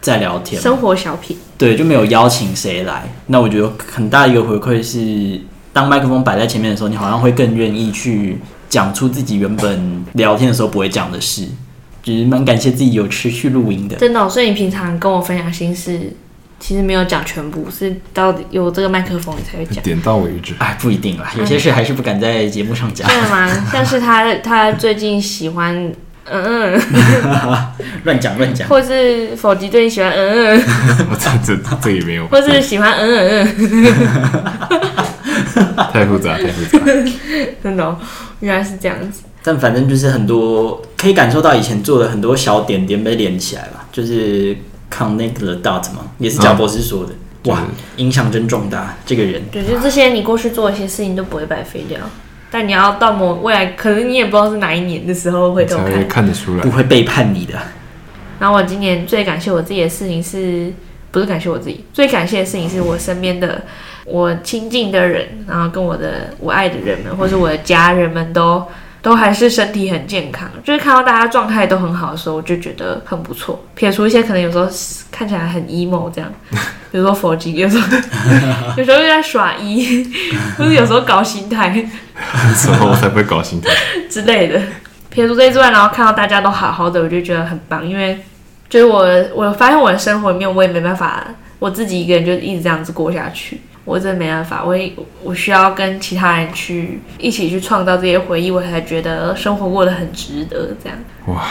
Speaker 2: 在聊天嘛，
Speaker 1: 生活小品，
Speaker 2: 对，就没有邀请谁来。那我觉得很大一个回馈是，当麦克风摆在前面的时候，你好像会更愿意去讲出自己原本聊天的时候不会讲的事，就是蛮感谢自己有持续录音的。
Speaker 1: 真的哦、所以你平常跟我分享心事，其实没有讲全部，是到底有这个麦克风你才会
Speaker 3: <laughs>
Speaker 1: 讲。
Speaker 3: 点到为
Speaker 2: <laughs>
Speaker 3: 止。
Speaker 2: 哎，不一定啦，有些事还是不敢在节目上讲，
Speaker 1: 对吗？像是他，他最近喜欢嗯嗯，
Speaker 2: <laughs>
Speaker 1: <laughs>
Speaker 2: 乱讲乱讲。
Speaker 1: 或是否极最近喜欢嗯嗯，
Speaker 3: 我这这这这也没有，
Speaker 1: 或是喜欢嗯嗯嗯，
Speaker 3: 太复杂，太复杂。
Speaker 1: 真的哦、原来是这样子。
Speaker 2: 但反正就是很多可以感受到以前做的很多小点点被连起来吧，就是 connect the dot 嘛，也是贾博士说的。哇，影响真重大，这个人。
Speaker 1: 对，就这些你过去做的一些事情都不会白费掉，但你要到某未来，可能你也不知道是哪一年的时候回头
Speaker 3: 才会
Speaker 1: 看。
Speaker 3: 看得出来
Speaker 2: 不。会背叛你的，
Speaker 1: 然后我今年最感谢我自己的事情是，不是感谢我自己？最感谢的事情是我身边的我亲近的人，然后跟我的我爱的人们，或是我的家人们都。都还是身体很健康，就是看到大家状态都很好的时候，我就觉得很不错。撇除一些可能有时候看起来很 emo 这样，比如说佛经，有时候 <laughs> 有时候又在耍一， <laughs> 或是有时候搞心态，
Speaker 3: 之后我才不会搞心态。
Speaker 1: <laughs> 之类的。撇除这之外，然后看到大家都好好的，我就觉得很棒，因为 <laughs> 就是我我发现我的生活里面我也没办法，我自己一个人就一直这样子过下去，我真的没办法，我也我需要跟其他人去一起去创造这些回忆，我才觉得生活过得很值得这样。
Speaker 3: 哇，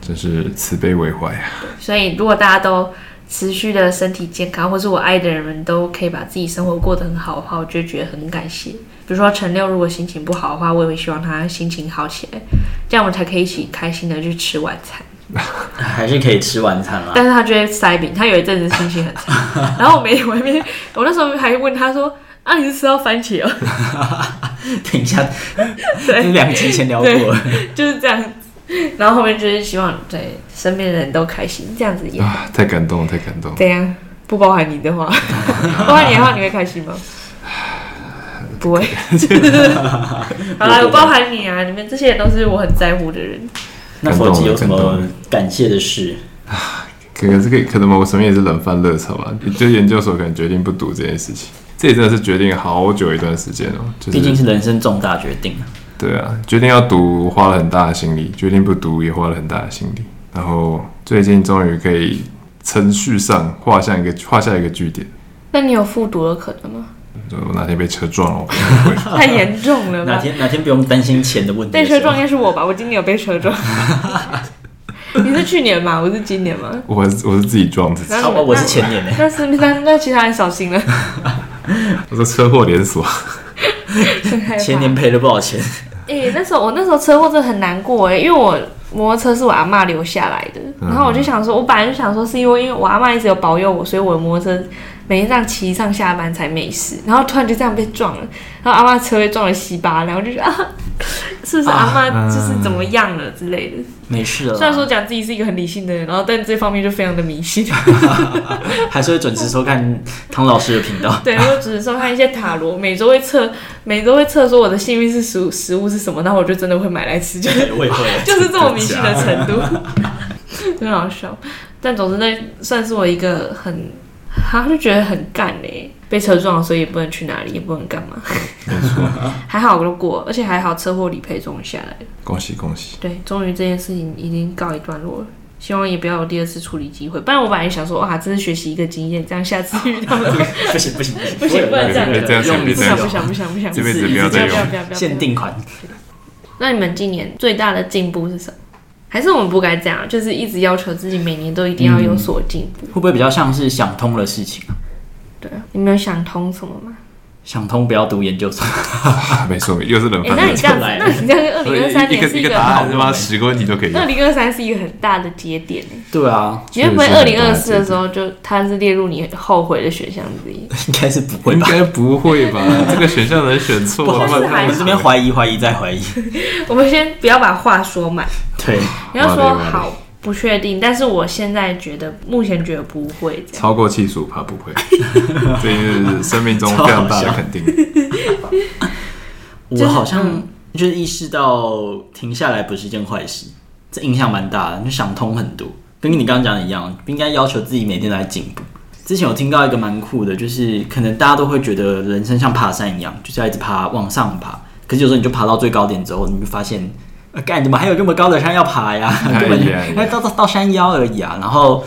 Speaker 3: 真是慈悲为怀啊！
Speaker 1: 所以如果大家都持续的身体健康，或是我爱的人们都可以把自己生活过得很好的话，我就觉得很感谢。比如说陈六如果心情不好的话，我也会希望他心情好起来，这样我们才可以一起开心的去吃晚餐。
Speaker 2: 还是可以吃晚餐啦。
Speaker 1: 但是他就会塞饼，他有一阵子心情很差，然后我每我还没我那时候还问他说。啊，你是吃到番茄哦，
Speaker 2: <laughs> 等一
Speaker 1: <laughs>
Speaker 2: 下，这两集前聊过，
Speaker 1: 就是这样子。然后后面就是希望对身边的人都开心，这样子也
Speaker 3: 啊，太感动了，太感动了。
Speaker 1: 怎样？不包含你的
Speaker 2: <laughs>
Speaker 1: 话，包含你的话，你会开心吗？不
Speaker 2: <laughs>
Speaker 1: 会。好啦，我包含你啊！你们这些人都是我很在乎的人。
Speaker 2: <laughs> 那
Speaker 3: 感动
Speaker 2: 佛
Speaker 3: 了
Speaker 2: 吉有什
Speaker 3: 感动
Speaker 2: 么
Speaker 3: 了
Speaker 2: 感谢的事？
Speaker 3: 可能这个可能某层面也是冷饭热炒吧，就研究所可能决定不读这件事情，这也真的是决定好久一段时间哦、就
Speaker 2: 毕竟
Speaker 3: 是
Speaker 2: 是人生重大决定啊。
Speaker 3: 对啊，决定要读花了很大的心力，决定不读也花了很大的心力，然后最近终于可以程序上画下一个画下一个句点。
Speaker 1: 那你有复读的可能吗？
Speaker 3: 就我哪天被车撞了，我可 <laughs> 能会
Speaker 1: <laughs> 太严重了
Speaker 2: 哪
Speaker 1: 吧！
Speaker 2: 天哪天不用担心钱的问题
Speaker 1: 被
Speaker 2: 的时候？
Speaker 1: 车撞应该是我吧？我今年有被车
Speaker 2: <laughs>
Speaker 1: 撞。你是去年吧？我是今年吗？
Speaker 3: 我是我是自己撞自己，
Speaker 1: 然
Speaker 2: 啊
Speaker 1: 后
Speaker 2: 我我是前年呢，
Speaker 1: 那是那那其他人小心了，
Speaker 3: 我说车祸连锁，
Speaker 1: 很害怕
Speaker 2: <laughs> 前年赔了不少钱，
Speaker 3: <laughs>
Speaker 1: <laughs> 诶、欸那时候我那时候车祸真的很难过欸诶，因为我摩托车是我阿嬷留下来的，然后我就想说，我本来就想说是因为因为我阿嬷一直有保佑我，所以我的摩托车每天这样骑上下班才没事，然后突然就这样被撞了，然后阿嬷车被撞了稀巴烂，我就觉得啊，是不是阿嬷就是怎么样了之类的？
Speaker 2: 没事了啦。
Speaker 1: 虽然说讲自己是一个很理性的人，然后但这方面就非常的迷信， <laughs>
Speaker 2: 还是会准时收看汤老师的频
Speaker 1: <laughs>
Speaker 2: 道。
Speaker 1: 对，我只是说看一些塔罗，每周会测，每周会测说我的幸运是食物食物是什么，然后我就真的会买来吃，就是
Speaker 2: 我也 <laughs> 会，
Speaker 1: 就是这么迷信的程度，很好笑。但总之，那算是我一个很，他就觉得很干嘞、被车撞了，所以也不能去哪里，也不能干嘛。还好我都过，而且还好车祸理赔终于下来了。
Speaker 3: 恭喜恭喜！
Speaker 1: 对，终于这件事情已经告一段落了。希望也不要有第二次处理机会，不然我本来想说，哇，这是学习一个经验，这样下次遇到了
Speaker 2: 不行不行
Speaker 1: 不行不能这样
Speaker 2: 不会有
Speaker 3: 这样
Speaker 2: 用
Speaker 1: 不
Speaker 3: 这
Speaker 1: 想
Speaker 3: 样
Speaker 1: 不想不想不想，
Speaker 3: 这辈子
Speaker 2: 一次
Speaker 3: 不要再
Speaker 2: 一
Speaker 1: 不
Speaker 2: 次
Speaker 3: 用
Speaker 1: 要不要不要
Speaker 2: 限定款，
Speaker 1: 那你们今年最大的进步是什么？还是我们不该这样，就是一直要求自己每年都一定要有所进步？
Speaker 2: 会不会比较像是想通了事情啊？
Speaker 1: 对
Speaker 3: 嗯
Speaker 1: 啊，你没有想通什么吗？
Speaker 2: 想通不要读研究所，
Speaker 3: 啊没错，又是冷
Speaker 1: 哎、
Speaker 3: 饭
Speaker 1: 那
Speaker 3: 热
Speaker 1: 你这
Speaker 3: 炒。
Speaker 1: 样子，
Speaker 2: 来了
Speaker 1: 那你这样，二
Speaker 3: 所以
Speaker 1: 零二三
Speaker 3: 一
Speaker 1: 年是
Speaker 3: 个
Speaker 1: 一
Speaker 3: 一个
Speaker 1: 个
Speaker 3: 答
Speaker 1: 二
Speaker 3: 案他妈十个问题都可
Speaker 1: <laughs>
Speaker 3: 以用，
Speaker 1: 零二三是一个很大的节点欸
Speaker 2: 对啊，
Speaker 1: 你会不会
Speaker 3: 确实
Speaker 1: 二
Speaker 3: 是很
Speaker 1: 零
Speaker 3: 大
Speaker 1: 二
Speaker 3: 的
Speaker 1: 四
Speaker 3: 节点
Speaker 1: 的时候就它是列入你后悔的选项之一？
Speaker 2: <laughs> 应该是不会
Speaker 3: 应
Speaker 2: 吧？
Speaker 3: 该不会吧？这个选项能选错？
Speaker 2: 不好
Speaker 1: 但
Speaker 2: 说，
Speaker 1: 是还
Speaker 2: 我们这边怀疑怀疑再怀疑，
Speaker 1: 我们先不要把话说满，
Speaker 2: 对， <laughs>
Speaker 1: 你要
Speaker 3: 哇
Speaker 1: 说
Speaker 3: 嘞哇嘞
Speaker 1: 好不确定，但是我现在觉得目前觉得不会这样。
Speaker 3: 超过七十五趴不会，这是生命中非常大的肯定。
Speaker 1: 就是嗯
Speaker 2: 我好像就是意识到停下来不是一件坏事，这影响蛮大的，就想通很多，跟你刚刚讲的一样，不应该要求自己每天都在进步。之前有听到一个蛮酷的，就是可能大家都会觉得人生像爬山一样，就是要一直爬往上爬，可是有时候你就爬到最高点之后，你就发现。啊干、怎么还有这么高的山要爬呀？ <laughs> 根本就
Speaker 3: 哎呀哎呀
Speaker 2: 哎到到到山腰而已啊。然后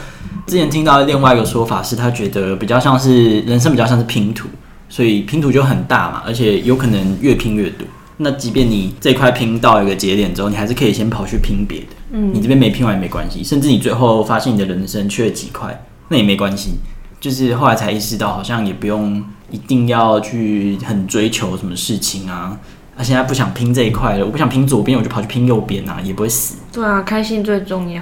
Speaker 2: 之前听到另外一个说法是，他觉得比较像是人生比较像是拼图，所以拼图就很大嘛，而且有可能越拼越多。那即便你这块拼到一个节点之后，你还是可以先跑去拼别的。嗯，你这边没拼完也没关系，甚至你最后发现你的人生缺了几块，那也没关系。就是后来才意识到，好像也不用一定要去很追求什么事情啊，啊，现在不想拼这一块了，我不想拼左边，我就跑去拼右边啊，也不会死。
Speaker 1: 对啊，开心最重要。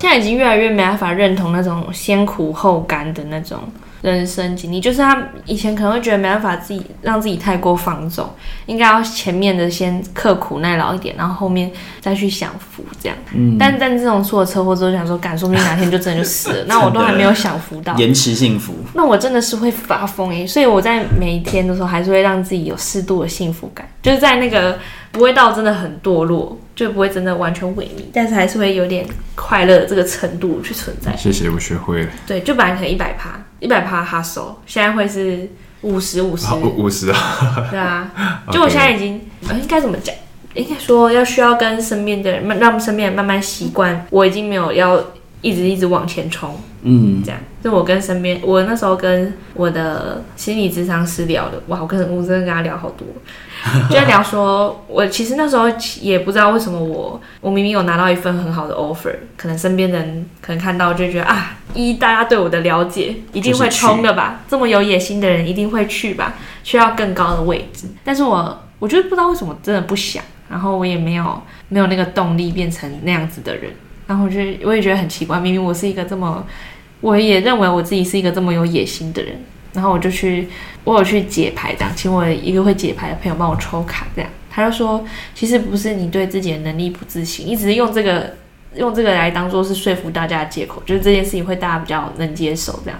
Speaker 1: 现在已经越来越没办法认同那种先苦后甘的那种人生经历，就是他以前可能会觉得没办法自己让自己太过放纵，应该要前面的先刻苦耐劳一点，然后后面再去享福这样。
Speaker 2: 嗯，
Speaker 1: 但但这种出了车祸之后，想说，敢说不定哪天就真的就死了，那我都还没有享福到。
Speaker 2: 延迟幸福，
Speaker 1: 那我真的是会发疯诶、所以我在每一天的时候，还是会让自己有适度的幸福感，就是在那个不会到真的很堕落，就不会真的完全萎靡，但是还是会有点快乐的这个程度去存在。
Speaker 3: 谢谢，我学会了，
Speaker 1: 对，就本来可能一百趴，一百趴哈手，现在会是五十五十，
Speaker 3: 好五五十啊，
Speaker 1: 对啊，就我现在已经，呃应该怎么讲？应该说要需要跟身边的人，慢让身边人慢慢习惯，我已经没有要一直一直往前冲。
Speaker 2: 嗯，
Speaker 1: 这样。就我跟身边，我那时候跟我的心理咨商师聊的，哇，我跟我真的跟他聊好多， <laughs> 就在聊说，我其实那时候也不知道为什么我，我明明有拿到一份很好的 offer，可能身边人可能看到就觉得啊，一大家对我的了解一定会冲的吧，这么有野心的人一定会去吧，去到更高的位置，但是我我就是不知道为什么真的不想，然后我也没有没有那个动力变成那样子的人。然后我就我也觉得很奇怪，明明我是一个这么我也认为我自己是一个这么有野心的人，然后我就去，我有去解牌，这样，请我一个会解牌的朋友帮我抽卡，这样，他就说，其实不是你对自己的能力不自信，你只是用这个用这个来当做是说服大家的借口，就是这件事情会大家比较能接受，这样，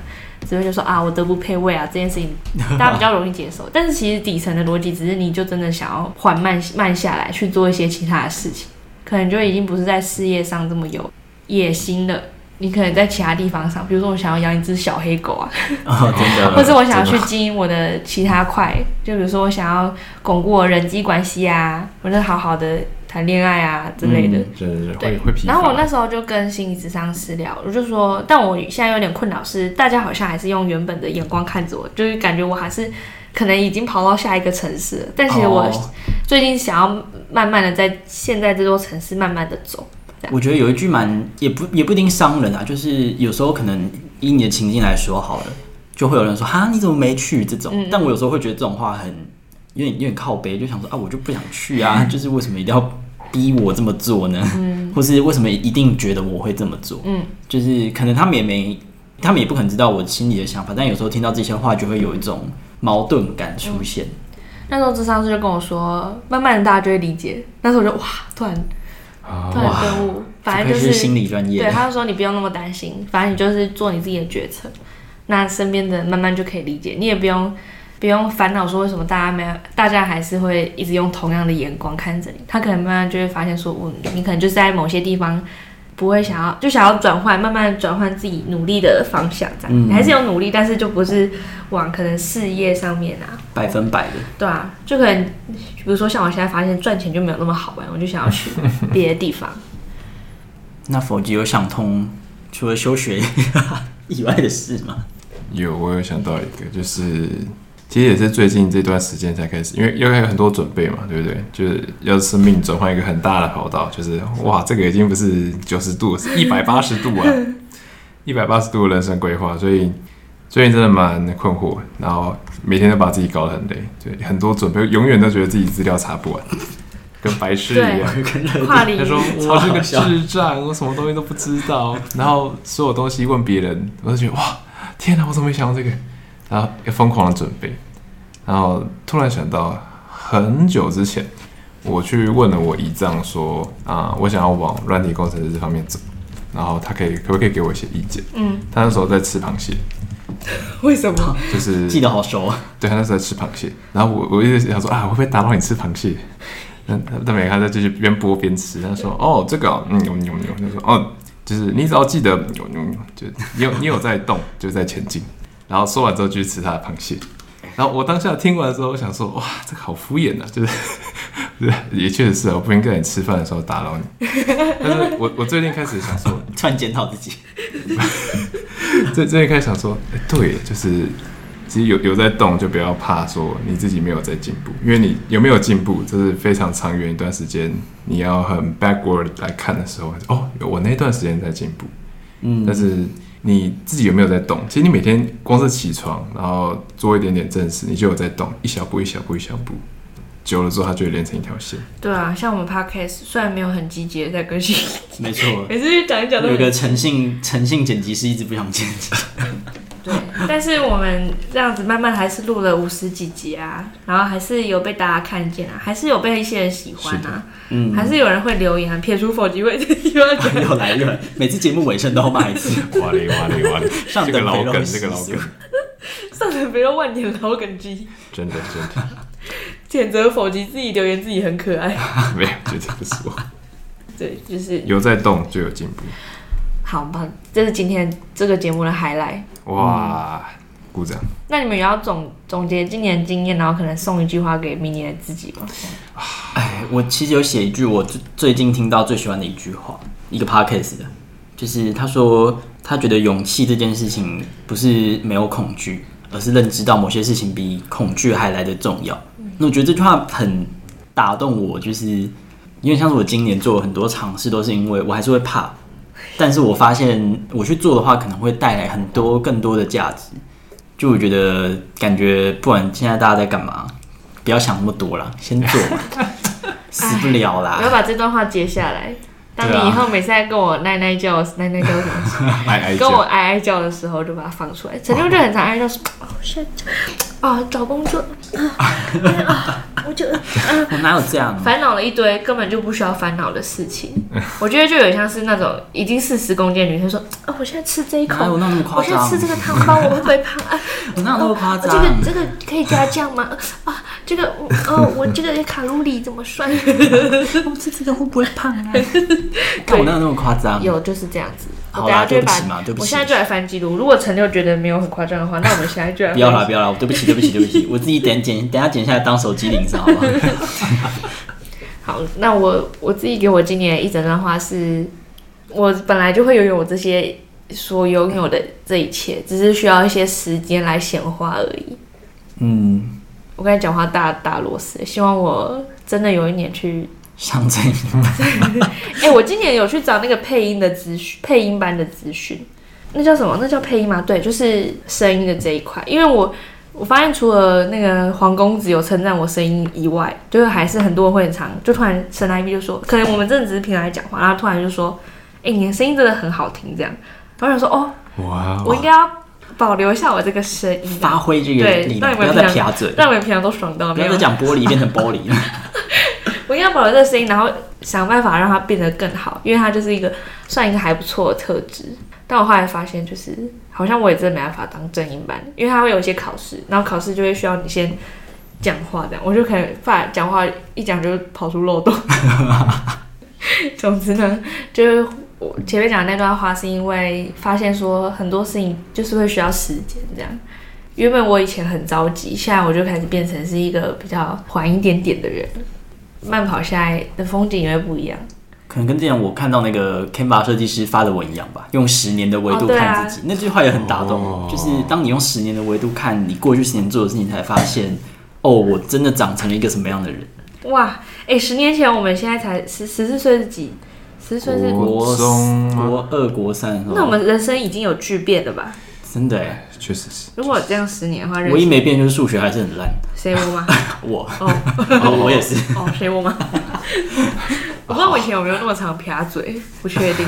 Speaker 1: 只会就说啊，我德不配位啊，这件事情大家比较容易接受，但是其实底层的逻辑只是你就真的想要缓慢慢下来去做一些其他的事情，可能就已经不是在事业上这么有野心了。你可能在其他地方上，比如说我想要养一只小黑狗啊，
Speaker 2: 哦，真的，
Speaker 1: 或是我想要去经营我的其他块，就比如说我想要巩固我人际关系啊，或者好好的谈恋爱啊之类的。
Speaker 2: 嗯
Speaker 3: 真的是
Speaker 1: 对
Speaker 3: 会会疲乏。
Speaker 1: 然后我那时候就跟心理咨商师聊，我就说，但我现在有点困扰是，大家好像还是用原本的眼光看着我，就是感觉我还是可能已经跑到下一个城市了，但其实我
Speaker 2: 哦
Speaker 1: 最近想要慢慢的在现在这座城市慢慢的走。
Speaker 2: 我觉得有一句蛮也不也不一定伤人啊，就是有时候可能以你的情境来说好了，就会有人说哈你怎么没去这
Speaker 1: 嗯
Speaker 2: 种，但我有时候会觉得这种话很有点有点靠背，就想说啊我就不想去
Speaker 1: <laughs>
Speaker 2: 啊，就是为什么一定要逼我这么做呢？ <laughs> 或是为什么一定觉得我会这么做？
Speaker 1: 嗯，
Speaker 2: 就是可能他们也没他们也不可能知道我心里的想法，但有时候听到这些话就会有一种矛盾感出现。
Speaker 1: 嗯那时候智商师就跟我说，慢慢的大家就会理解。那时候我就哇，突然
Speaker 3: 啊
Speaker 1: 突然顿悟，反正就
Speaker 2: 不愧
Speaker 1: 是
Speaker 2: 心理专业
Speaker 1: 对，
Speaker 2: 的，
Speaker 1: 他就说你不用那么担心，反正你就是做你自己的决策，那身边的人慢慢就可以理解，你也不用不用烦恼说为什么大家没有，大家还是会一直用同样的眼光看着你，他可能慢慢就会发现说，我你可能就是在某些地方。不会想要就想要转换，慢慢转换自己努力的方向，这样、
Speaker 2: 嗯
Speaker 1: 你还是有努力，但是就不是往可能事业上面啊，
Speaker 2: 百分百的。
Speaker 1: 对啊，就可能比如说像我现在发现赚钱就没有那么好玩，我就想要去别的地方。
Speaker 2: 那否极有想通除了休学 <laughs> 以外的事吗？
Speaker 3: 有，我有想到一个，就是其实也是最近这段时间才开始，因为要有很多准备嘛，对不对？就是要生命转换一个很大的跑道，就是哇，这个已经不是九十度，是一百八十度
Speaker 1: <laughs>
Speaker 3: 啊，一百八十度的人生规划，所以最近真的蛮困惑，然后每天都把自己搞得很累，对，很多准备，永远都觉得自己资料查不完，跟白痴一
Speaker 1: 对
Speaker 3: 样。
Speaker 1: 跨领域 <laughs>
Speaker 3: 他说
Speaker 2: 超
Speaker 3: 我
Speaker 2: 好
Speaker 3: 是个
Speaker 2: 笑
Speaker 3: 智障，我什么东西都不知道，然后所有东西问别人，我就觉得哇，天哪，我怎么没想到这个？然后要疯狂的准备，然后突然想到很久之前，我去问了我姨丈说啊、我想要往软体工程师这方面走，然后他可以可不可以给我一些意见？
Speaker 1: 嗯，
Speaker 3: 他那时候在吃螃蟹，
Speaker 1: <laughs> 为什么？
Speaker 3: 就是
Speaker 2: 记得好熟啊，
Speaker 3: 对他那时候在吃螃蟹，然后我我一直想说啊，我会不会打扰你吃螃蟹？那但没看，他就继续边剥边吃。他说哦，这个哦嗯有有有，他说哦，就是你只要记得有有有，就你有你有在动，就是在前进。然后说完之后继续吃他的螃蟹。然后我当下听完之后，我想说哇，这个好敷衍啊，就是就是 <laughs> 也确实是啊，我不应该在你吃饭的时候打扰你。但是我我最近开始想说，
Speaker 2: 突然检讨自己。
Speaker 3: 最最近开始想说，哎对，就是其实有有在动，就不要怕说你自己没有在进步，因为你有没有进步，这是非常长远一段时间，你要很 backward 来看的时候，哦，我那段时间在进步，
Speaker 2: 嗯
Speaker 3: 但是你自己有没有在动？其实你每天光是起床，然后做一点点正事，你就有在动，一小步一小步一小步。久了之后，它就会连成一条线。
Speaker 1: 对啊，像我们 podcast 虽然没有很积极的在更新， <laughs>
Speaker 2: 没错。
Speaker 1: 可是讲一讲都
Speaker 2: <laughs> 有一个诚信诚信剪辑师一直不想剪 <laughs> 辑，
Speaker 1: 对，但是我们这样子慢慢还是录了五十几集啊，然后还是有被大家看见啊，还是有被一些人喜欢
Speaker 3: 是
Speaker 1: 啊，
Speaker 2: 嗯，
Speaker 1: 还是有人会留言、啊，撇除否极会又要讲， <laughs>
Speaker 2: 又来又来，每次节目尾声都要骂
Speaker 3: <laughs>
Speaker 2: 一次，
Speaker 3: 哇嘞哇嘞哇嘞，
Speaker 2: 上
Speaker 3: 这个
Speaker 2: 等
Speaker 3: 老
Speaker 2: 肥肉
Speaker 3: 梗，
Speaker 2: 习
Speaker 3: 这个老
Speaker 2: 俗
Speaker 3: 梗，
Speaker 1: 上等肥肉万年老梗机，
Speaker 3: 真的真的
Speaker 1: 谴责否极自己留言自己很可爱， <laughs>
Speaker 3: 没有，绝对不是
Speaker 2: <laughs>
Speaker 3: 我。
Speaker 1: 对，就是
Speaker 3: 有在动就有进步。
Speaker 1: 好棒，这是今天这个节目的 highlight。
Speaker 3: 哇，鼓 <laughs> 掌！
Speaker 1: 那你们也要总总结今年经验，然后可能送一句话给明年的自己吗？
Speaker 2: 哎，我其实有写一句我最最近听到最喜欢的一句话，一个 podcast 的，就是他说他觉得勇气这件事情不是没有恐惧，而是认知到某些事情比恐惧还来得重要。
Speaker 1: 嗯
Speaker 2: 那我觉得这句话很打动我，就是因为像是我今年做了很多尝试，都是因为我还是会怕，但是我发现我去做的话，可能会带来很多更多的价值。就我觉得感觉，不管现在大家在干嘛，不要想那么多啦，先做
Speaker 1: <laughs>
Speaker 2: 嘛，死不了
Speaker 1: 我要
Speaker 2: 啦。
Speaker 1: 把这段话接下来。当
Speaker 2: 对
Speaker 1: 你
Speaker 2: 啊
Speaker 1: 以后每次在跟我奶奶叫奶奶叫什么？
Speaker 3: 哎哎
Speaker 1: 跟我
Speaker 3: 叫，
Speaker 1: 哀哀叫的时候，就把它放出来。陈六就很常哀叫说：“哦，现在啊，找工作啊，我就
Speaker 2: 我哪有这样？啊
Speaker 1: 烦恼了一堆根本就不需要烦恼的事
Speaker 2: <laughs>
Speaker 1: 情。”我觉得就有点像是那种已经四十公斤的女生说：“啊，我现在吃这一
Speaker 2: 哪
Speaker 1: 口
Speaker 2: 有，那么
Speaker 1: 我
Speaker 2: 夸
Speaker 1: 现在
Speaker 2: 张
Speaker 1: 吃？这个汤包， <laughs> 我会不会胖啊？
Speaker 2: 我哪有那么夸
Speaker 1: 这个
Speaker 2: 张？
Speaker 1: 这个可以加酱吗？啊，这个哦，我这个卡路里怎么算？
Speaker 2: 我吃这个会不会胖啊？看我哪有那么夸张？
Speaker 1: 有就是这样子。”
Speaker 2: 好
Speaker 1: 我等
Speaker 2: 啦
Speaker 1: 下就会
Speaker 2: 对不起嘛
Speaker 1: 把
Speaker 2: 对，不
Speaker 1: 我
Speaker 2: 起
Speaker 1: 现在就来翻记录。如果陈六觉得没有很夸张的话，那我们现在就
Speaker 2: <laughs>
Speaker 1: 来
Speaker 2: 不要啦，
Speaker 1: 翻
Speaker 2: 不要啦，我对不起，对不起，对不起， <laughs> 我自己等剪，等下剪下来当手机铃声好不好？
Speaker 1: 好，那我我自己给我今年一整段话是，我本来就会拥有我这些所拥有的这一切，只是需要一些时间来显化而已。
Speaker 2: 嗯，
Speaker 1: 我刚才讲话大大螺丝，希望我真的有一年去，
Speaker 2: 像这样，
Speaker 1: <laughs> 哎、我今年有去找那个配音的资讯，配音班的资讯，那叫什么？那叫配音吗？对，就是声音的这一块，因为我。我发现除了那个黄公子有称赞我声音以外，就是还是很多人会很常就突然神来一笔就说，可能我们真的只是平常在讲话，然后突然就说，哎、你的声音真的很好听这样，然后我想说哦，
Speaker 3: 哇，
Speaker 1: 我应该要保留一下我这个声音，
Speaker 2: 发挥这个
Speaker 1: 对
Speaker 2: 力
Speaker 1: 那
Speaker 2: 量，
Speaker 1: 你
Speaker 2: 不
Speaker 1: 们
Speaker 2: 要再
Speaker 1: 平
Speaker 2: 撇嘴，
Speaker 1: 让你们平常都爽到
Speaker 2: 不
Speaker 1: 没有
Speaker 2: 要再？讲玻璃变
Speaker 1: <laughs>
Speaker 2: 成玻璃了。
Speaker 1: 我应该保留这个声音，然后想办法让它变得更好，因为它就是一个算一个还不错的特质。但我后来发现，就是好像我也真的没办法当正音班，因为它会有一些考试，然后考试就会需要你先讲话这样，我就可能发讲话一讲就跑出漏洞。 <laughs> 总之呢，就是我前面讲的那段话，是因为发现说很多事情就是会需要时间这样。原本我以前很着急，现在我就开始变成是一个比较缓一点点的人。慢跑下来的风景也会不一样。
Speaker 2: 可能跟之前我看到那个 Canva 设计师发的文一样吧，用十年的维
Speaker 1: 哦
Speaker 2: 度
Speaker 1: 对啊
Speaker 2: 看自己，那句话也很打动我。
Speaker 3: 哦
Speaker 2: 就是当你用十年的维度看你过去十年做的事情，才发现，哦，我真的长成了一个什么样的人。
Speaker 1: 哇，哎、十年前我们现在才十十四岁是几？十四岁是
Speaker 3: 我国中吗
Speaker 2: 国二、国三的时候，
Speaker 1: 那我们人生已经有巨变了吧？
Speaker 2: 真的欸，
Speaker 3: 确实是。
Speaker 1: 如果这样十年的话，人
Speaker 2: 唯一没变就是数学还是很烂。
Speaker 1: 谁我吗？
Speaker 2: 我，
Speaker 1: 哦
Speaker 2: <laughs> 哦我也是。
Speaker 1: 哦，谁我吗？我不知道我以前有没有那么常撇嘴，不确定。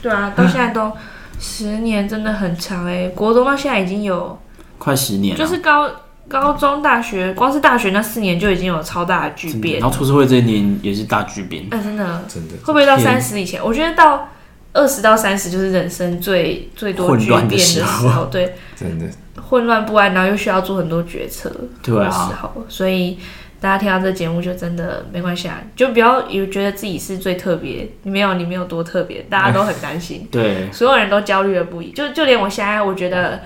Speaker 1: 对啊，到现在都十年，真的很长哎、国中到现在已经有，
Speaker 2: 快十年
Speaker 1: 就
Speaker 2: 了，
Speaker 1: 是高高中、大学，光是大学那四年就已经有超大的巨
Speaker 2: 真的
Speaker 1: 变。
Speaker 2: 然后出社会这一年也是大巨变，
Speaker 1: 哎、真的，
Speaker 3: 真的，
Speaker 1: 会不会到
Speaker 2: 天
Speaker 1: 三十以前？我觉得到二十到三十就是人生最最多
Speaker 2: 混
Speaker 1: 巨
Speaker 2: 乱
Speaker 1: 变
Speaker 2: 的时
Speaker 1: 时
Speaker 2: 候
Speaker 1: 候，对，
Speaker 3: 真的，
Speaker 1: 混乱不安，然后又需要做很多决策
Speaker 2: 对
Speaker 1: 的时
Speaker 2: 啊，
Speaker 1: 候，所以大家听到这节目就真的没关系啊，就不要有觉得自己是最特别，你没有，你没有多特别，大家都很担心。
Speaker 2: 对，
Speaker 1: 所有人都焦虑的不已，就就连我现在，我觉得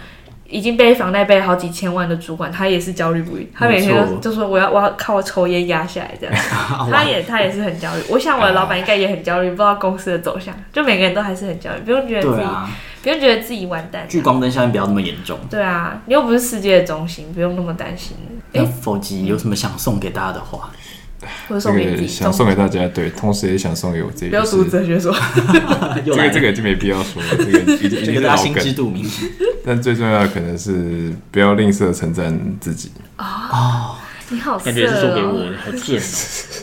Speaker 1: 已经被房贷背好几千万的主管，他也是焦虑不已。他每天
Speaker 2: 没错
Speaker 1: 都就说我要我要靠抽烟压下来这
Speaker 2: <laughs>
Speaker 1: 样，他也他也是很焦虑。我想我的老板应该也很焦虑，不知道公司的走向。就每个人都还是很焦虑，不用觉得自
Speaker 2: 对
Speaker 1: 己、
Speaker 2: 啊，
Speaker 1: 不用觉得自己完蛋。
Speaker 2: 聚光灯下面不要那么严重。
Speaker 1: 对啊，你又不是世界的中心，不用那么担心。
Speaker 2: 那
Speaker 1: 哎、
Speaker 2: 否极有什么想送给大家的话？
Speaker 1: 我
Speaker 3: 这
Speaker 1: 送给自
Speaker 3: 个
Speaker 1: 己，
Speaker 3: 想送给大家，对，同时也想送给我自己。
Speaker 1: 不要
Speaker 3: 就
Speaker 1: 读
Speaker 3: 是
Speaker 1: 哲学说，
Speaker 2: <laughs> 又
Speaker 3: 这
Speaker 2: 来
Speaker 3: 个
Speaker 2: 了
Speaker 3: 这个就没必要说了，
Speaker 1: <laughs>
Speaker 3: 这个已经已
Speaker 2: 这
Speaker 3: 经是
Speaker 2: 个大家
Speaker 3: 老
Speaker 2: 心知
Speaker 3: 梗。
Speaker 2: 肚明。
Speaker 3: 但最重要的可能是不要吝啬称赞自己，
Speaker 1: 你好色
Speaker 2: 感觉是说给我
Speaker 1: 哦！
Speaker 2: 的，好贱哦。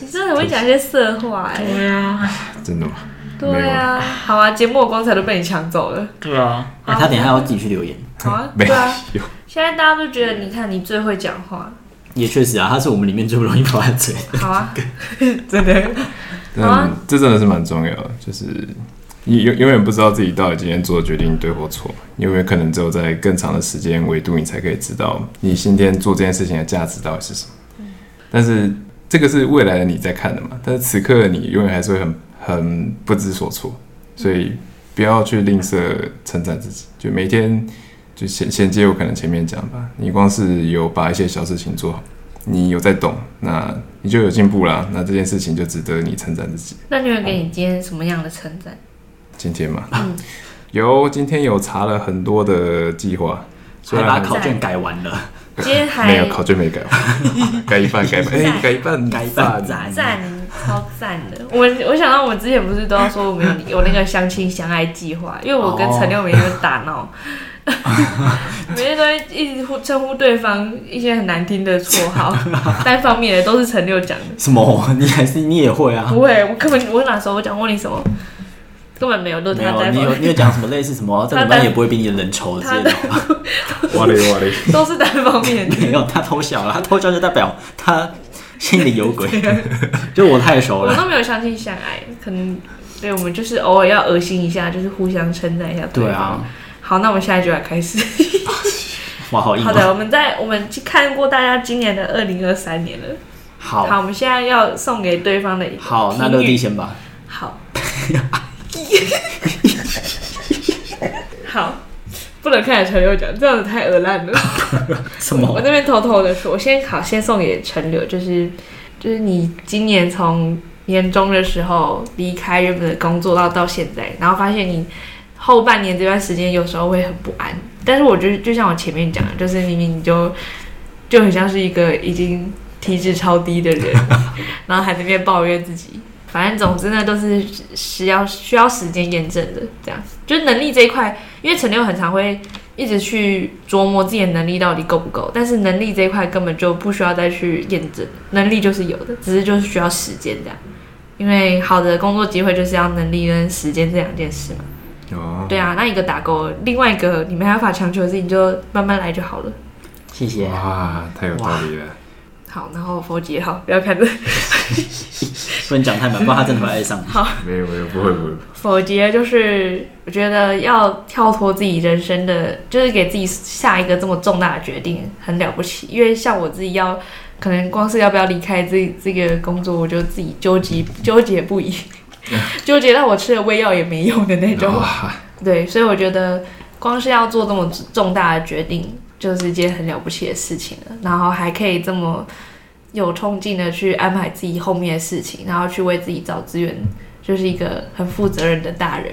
Speaker 1: 你真的很会讲一些色话哎、
Speaker 2: 对啊，
Speaker 3: 真的吗？
Speaker 1: 对啊，好啊，节目的光彩都被你抢走了。
Speaker 2: 对啊。哎，他等一下要自己去留言，
Speaker 1: 好啊，
Speaker 3: 没
Speaker 1: 对
Speaker 3: <laughs> 有
Speaker 1: 啊，，现在大家都觉得，你看你最会讲话。
Speaker 2: 也确实啊，他是我们里面最不容易跑烂 <laughs> 嘴。
Speaker 1: 好啊， <laughs> 真的。好
Speaker 3: 但
Speaker 1: 啊
Speaker 3: 这真的是蛮重要的，就是你永永远不知道自己到底今天做的决定对或错，因为可能只有在更长的时间维度，你才可以知道你今天做这件事情的价值到底是什么。但是这个是未来的你在看的嘛，但是此刻的你永远还是会很很不知所措，
Speaker 1: 嗯
Speaker 3: 所以不要去吝啬称赞自己，就每天就衔衔接我可能前面讲吧，你光是有把一些小事情做好。你有在懂，那你就有进步啦。那这件事情就值得你称赞自己。
Speaker 1: 那女人给你今天什么样的称
Speaker 2: <laughs>
Speaker 1: 赞？
Speaker 3: 今天嘛，有今天有查了很多的计划，虽
Speaker 2: 还把
Speaker 3: 然
Speaker 2: 考卷改完了，
Speaker 1: 今天
Speaker 3: 没
Speaker 1: 还
Speaker 3: 有考卷没改完，改一半，改一半，哎、改一半，
Speaker 2: 改半赞。
Speaker 1: 啊赞，超赞的。我我想到我之前不是都要说我们有有那个相亲相爱计划，因为我跟陈六每天都打
Speaker 2: <laughs>
Speaker 1: 闹，每天都会一直呼称呼对方一些很难听的绰
Speaker 2: <laughs>
Speaker 1: 号，单方面的都是陈六讲的。
Speaker 2: 什么？ <laughs> 你还是你也会啊？
Speaker 1: 不会，我根本我哪时候我讲过你什么？根本没有，都是
Speaker 2: 没
Speaker 1: 他
Speaker 2: 有，
Speaker 1: 单
Speaker 2: 你有
Speaker 1: 方，
Speaker 2: 你有讲什么类似什
Speaker 1: <laughs>
Speaker 2: 么？在我们班也不会比你人丑之类的。
Speaker 3: 哇嘞哇嘞，
Speaker 1: 都是单方面的。
Speaker 2: 没有，他偷笑了，他偷笑就代表他心里有鬼。 <laughs> 就我太熟
Speaker 1: 我
Speaker 2: 了。
Speaker 1: 都没有相亲相爱，可能对我们就是偶尔要恶心一下，就是互相称赞一下
Speaker 2: 对
Speaker 1: 方。
Speaker 2: 啊，
Speaker 1: 好，那我们下一句来开始。
Speaker 2: 哇，好硬
Speaker 1: 好的，
Speaker 2: 哦。
Speaker 1: 我们在我们去看过大家今年的二零二三年了。
Speaker 2: 好
Speaker 1: 我们现在要送给对方的一个
Speaker 2: 好，那
Speaker 1: 评
Speaker 2: 乐
Speaker 1: 语
Speaker 2: 蒂先吧。 <laughs>
Speaker 1: 好，好，不能看着陈柳讲，这样子太恶烂了。
Speaker 2: 什
Speaker 1: 我
Speaker 2: 么？
Speaker 1: 这边偷偷的说，我先好先送给陈柳，就是就是你今年从年终的时候离开原本的工作到到现在，然后发现你后半年这段时间有时候会很不安，但是我就是就像我前面讲的，就是明明你就就很像是一个已经体脂超低的人， <laughs> 然后还在那边抱怨自己。反正总之呢，都是需要需要时间验证的，这样就是能力这一块，因为陈六很常会一直去琢磨自己的能力到底够不够，但是能力这一块根本就不需要再去验证，能力就是有的，只是就是需要时间这样。因为好的工作机会就是要能力跟时间这两件事嘛。
Speaker 3: 哦，
Speaker 1: 对啊，那一个打勾，另外一个你没办法强求的事情就慢慢来就好了。
Speaker 2: 谢谢。
Speaker 3: 哇，太有道理了，
Speaker 1: 好，然后佛姐好，不要看这
Speaker 2: 不能讲太满，不然他真的会爱上你。
Speaker 3: 没有没有，不会不会，
Speaker 1: 否则就是我觉得要跳脱自己人生的，就是给自己下一个这么重大的决定，很了不起。因为像我自己要，可能光是要不要离开这这个工作，我就自己纠结纠结不已，纠结到我吃了胃药也没用的那种。
Speaker 3: 哇，
Speaker 1: 对，所以我觉得光是要做这么重大的决定，就是一件很了不起的事情了。然后还可以这么有冲劲的去安排自己后面的事情，然后去为自己找资源，就是一个很负责任的大人。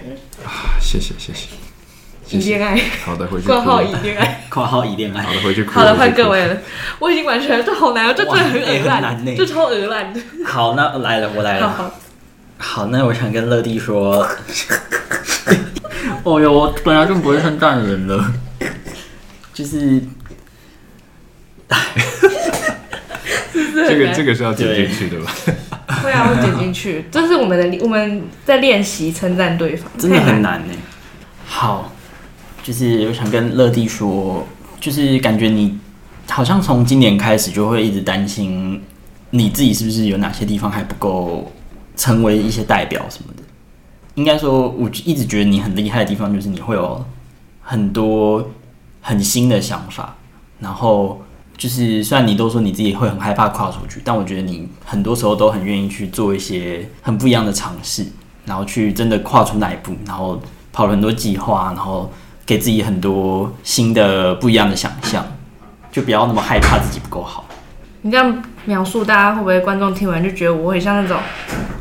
Speaker 3: 谢谢谢谢，谢
Speaker 1: 以
Speaker 3: 谢，
Speaker 1: 恋爱，
Speaker 3: 好的回去哭，
Speaker 1: 括号
Speaker 3: 好
Speaker 1: 以恋爱。
Speaker 2: 括号以恋爱。
Speaker 3: 的回去哭，
Speaker 1: 好了，换
Speaker 3: 回去哭
Speaker 1: 各，位了。我已经完全了，这好难哦，这真的很
Speaker 2: 哇哎
Speaker 1: 恶
Speaker 2: 很难
Speaker 1: 烂，
Speaker 2: 呢
Speaker 1: 这超恶烂的。
Speaker 2: 好，那来了，我
Speaker 3: 哎
Speaker 1: 好
Speaker 2: 来了。
Speaker 1: 好，
Speaker 2: 好，那我想跟乐蒂说， <laughs> 哦哟，我本来就不会称赞人了， <laughs> 就是
Speaker 3: 这个这
Speaker 1: 个
Speaker 3: 个是要剪进去的吧？
Speaker 1: 会啊，会剪进去。这是我们的，我们在练习称赞对方，
Speaker 2: 真的
Speaker 1: 太
Speaker 2: 很难呢。好，就是我想跟乐蒂说，就是感觉你好像从今年开始就会一直担心你自己是不是有哪些地方还不够成为一些代表什么的。应该说，我一直觉得你很厉害的地方就是你会有很多很新的想法，然后就是虽然你都说你自己会很害怕跨出去，但我觉得你很多时候都很愿意去做一些很不一样的尝试，然后去真的跨出那一步，然后跑了很多计划，然后给自己很多新的不一样的想象，就不要那么害怕自己不够好。
Speaker 1: 你这样描述，大家会不会观众听完就觉得我很像那种，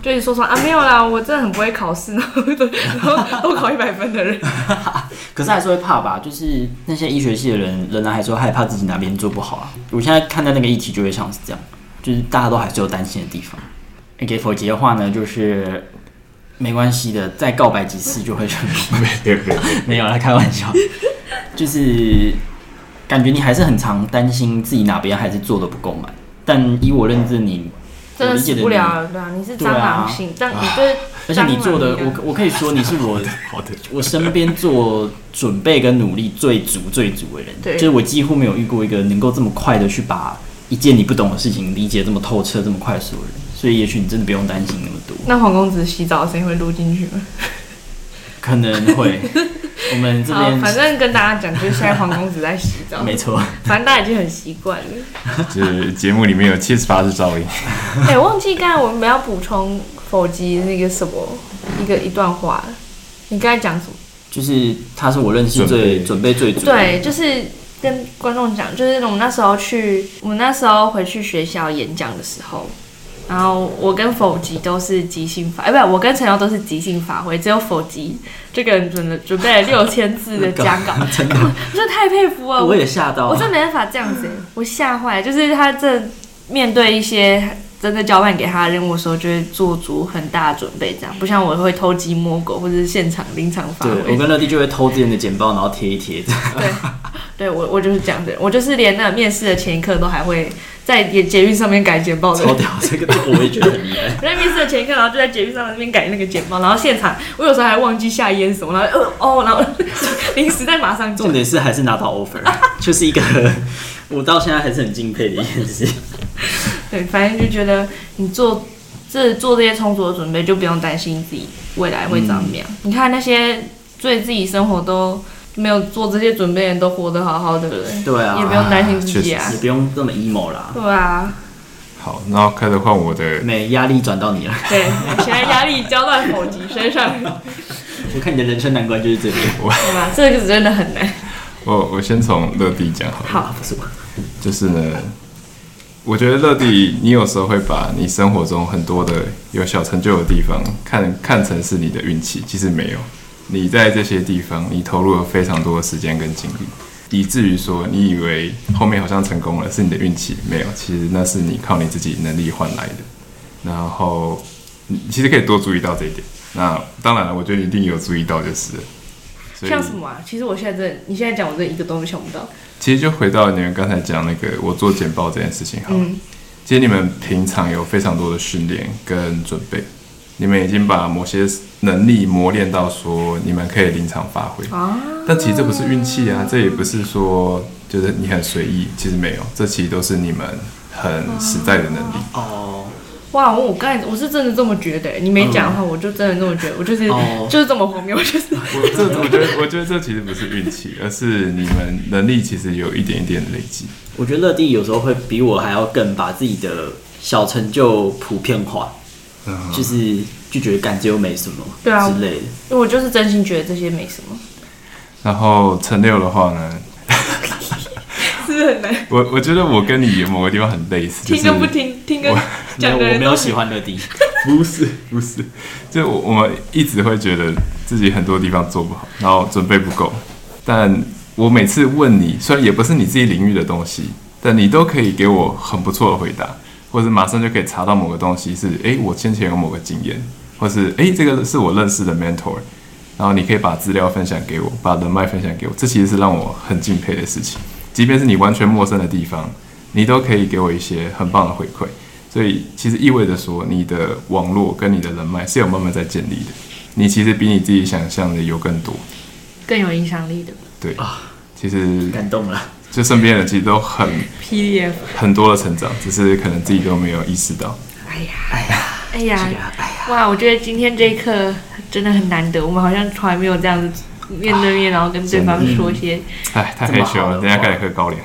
Speaker 1: 就是说说啊没有啦，我真的很不会考试，然后都然后都考一百分的
Speaker 2: <laughs>
Speaker 1: 人。
Speaker 2: 可是还是会怕吧，就是那些医学系的人仍然还是会害怕自己哪边做不好啊。我现在看待那个议题就会像是这样，就是大家都还是有担心的地方。给否杰的话呢，就是没关系的，再告白几次就会成功。
Speaker 3: <laughs> 没有没有，
Speaker 2: 没有啦，开玩笑， <laughs> 就是感觉你还是很常担心自己哪边还是做的不够满，但以我认知你，
Speaker 1: 真的
Speaker 2: 我理解
Speaker 1: 死
Speaker 2: 的
Speaker 1: 不
Speaker 2: 你
Speaker 1: 了了，对啊，你是蟑
Speaker 2: 对
Speaker 1: 螂
Speaker 2: 啊
Speaker 1: 性，但你对
Speaker 2: 而且你做的
Speaker 1: 当然，啊
Speaker 2: 我我可以说你是
Speaker 1: <laughs>
Speaker 2: 我
Speaker 3: 好的，
Speaker 2: 我身边做准备跟努力最足最足的人，
Speaker 1: 对
Speaker 2: 就是我几乎没有遇过一个能够这么快的去把一件你不懂的事情理解这么透彻、这么快速的人，所以也许你真的不用担心那么多，
Speaker 1: 那黄公子洗澡的声音会录进去吗？
Speaker 2: 可能
Speaker 1: <laughs>
Speaker 2: 会。我们这
Speaker 1: 好，反
Speaker 2: 边
Speaker 1: 正跟大家讲，就是现在黄公子在洗澡，
Speaker 2: 没错，
Speaker 1: 反正大家已经很习惯
Speaker 2: <laughs>
Speaker 1: 了。
Speaker 3: 就是节目里面有七十八次噪音，
Speaker 1: 哎、忘记刚才我们要补充否极那个什么一个一段话了，你刚才讲什么？
Speaker 2: 就是他是我认识最准
Speaker 3: 准
Speaker 2: 备最足的人，
Speaker 1: 对，就是跟观众讲，就是我们那时候去，我们那时候回去学校演讲的时候，然后我跟否极都是即兴发，哎，不，我跟陈瑶都是即兴发挥，只有否极这个人准了准
Speaker 2: <laughs>
Speaker 1: 备了六千字的讲稿，
Speaker 2: 真的，
Speaker 1: 我真的太佩服了，
Speaker 2: 我也吓到
Speaker 1: 哦我
Speaker 2: 了。
Speaker 1: 真没办法这样子欸，我吓坏了。就是他这面对一些真的交办给他的任务的时候，就会做足很大的准备，这样不像我会偷鸡摸狗或者是现场临场发
Speaker 2: 对，我
Speaker 1: 挥。
Speaker 2: 跟乐蒂就会偷之前的简报，然后贴一 <laughs> 贴。
Speaker 1: 对， <laughs> 对我我就是这样的人，我就是连那面试的前一刻都还会在捷捷运上面改简报的
Speaker 2: 超
Speaker 1: 人。
Speaker 2: 屌，这个我也觉得很厉害。 <laughs>
Speaker 1: 我在面试的前一刻，然后就在捷运上那边改那个简报，然后现场我有时候还忘记下烟什么，然后呃哦，然后 <laughs> 临时再马上做
Speaker 2: 重。点是还是拿到
Speaker 1: <laughs>
Speaker 2: offer，就是一个我到现在还是很敬佩的一件事。
Speaker 1: 对，反正就觉得你做这做这些充足的准备，就不用担心自己未来会怎么
Speaker 2: 嗯
Speaker 1: 样。你看那些对自己生活都没有做这些准备的人，都活得好好的人，
Speaker 2: <laughs> 对啊，
Speaker 1: 也不用担心自己啊
Speaker 2: 也。不用这么 emo 啦，
Speaker 1: 对啊，
Speaker 3: 好，然后开始换我的，
Speaker 2: 没压力转到你了。 <laughs>
Speaker 1: 对，我现在压力交到否极身上，
Speaker 2: 我看你的人生难关就是这里。
Speaker 1: 对吧？这个真的很难。
Speaker 3: 我我先从乐迪讲好了，
Speaker 1: 好，
Speaker 2: <laughs> 不是我，
Speaker 3: 就是呢，我觉得乐迪，你有时候会把你生活中很多的有小成就的地方，看看成是你的运气，其实没有。你在这些地方，你投入了非常多的时间跟精力，以至于说你以为后面好像成功了，是你的运气，没有，其实那是你靠你自己能力换来的。然后，你其实可以多注意到这一点。那当然了，我觉得你一定有注意到就是了。所以
Speaker 1: 像什么啊？其实我现在真的，你现在讲，我真的一个都想不到。
Speaker 3: 其实就回到你们刚才讲那个我做简报这件事情好了，
Speaker 1: 嗯
Speaker 3: 其实你们平常有非常多的训练跟准备，你们已经把某些能力磨练到说你们可以临场发挥，
Speaker 1: 啊，
Speaker 3: 但其实这不是运气啊，这也不是说就是你很随意，其实没有，这其实都是你们很实在的能力。
Speaker 2: 哦，
Speaker 1: 哇！我我刚才我是真的这么觉得，欸你没讲的话，我就真的这么觉得，我就是
Speaker 2: 嗯哦
Speaker 1: 就是这么荒谬，我就是
Speaker 3: 我这我觉得我觉得这其实不是运气，而是你们能力其实有一点一点的累积。
Speaker 2: 我觉得乐蒂有时候会比我还要更把自己的小成就普遍化，嗯 <laughs> 就是就觉得感觉又没什么，
Speaker 1: 对啊
Speaker 2: 之类的。
Speaker 1: 因为我就是真心觉得这些没什么，
Speaker 3: 然后陈六的话呢，
Speaker 1: 是不是很
Speaker 2: <laughs>
Speaker 1: 难
Speaker 3: 我我觉得我跟你有某个地方很类似，就
Speaker 1: 听
Speaker 3: 是
Speaker 1: 跟不听，听跟
Speaker 3: 我
Speaker 2: 没
Speaker 1: 讲
Speaker 2: 有，
Speaker 1: 的
Speaker 2: 我
Speaker 1: 人
Speaker 2: 没
Speaker 1: 都
Speaker 2: 有喜欢乐蒂，
Speaker 3: <laughs> 不是不是，就我我们一直会觉得自己很多地方做不好，然后准备不够。但我每次问你，虽然也不是你自己领域的东西，但你都可以给我很不错的回答，或者马上就可以查到某个东西是，诶，我先前有某个经验，或是诶，这个是我认识的 mentor，然后你可以把资料分享给我，把人脉分享给我，这其实是让我很敬佩的事情。即便是你完全陌生的地方，你都可以给我一些很棒的回馈。所以其实意味着说，你的网络跟你的人脉是有慢慢在建立的。你其实比你自己想象的有更多。
Speaker 1: 更有影响力的
Speaker 3: 对，
Speaker 2: 啊
Speaker 3: 其实
Speaker 2: 感动了。
Speaker 3: 就身边的人其实都很
Speaker 1: PDF。
Speaker 3: 很多的成长，只是可能自己都没有意识到。
Speaker 1: 哎呀，
Speaker 2: 哎呀，
Speaker 1: 哎
Speaker 2: 这个
Speaker 1: 呀，
Speaker 2: 哎呀，
Speaker 1: 哇！我觉得今天这一刻真的很难得，我们好像从来没有这样子面对面，然后跟对方说一些，
Speaker 3: 哎，太
Speaker 2: 这
Speaker 3: 害
Speaker 2: 么
Speaker 3: 羞
Speaker 2: 好
Speaker 3: 了，
Speaker 2: 的
Speaker 3: 等一下
Speaker 2: 话
Speaker 3: 开始喝高粱。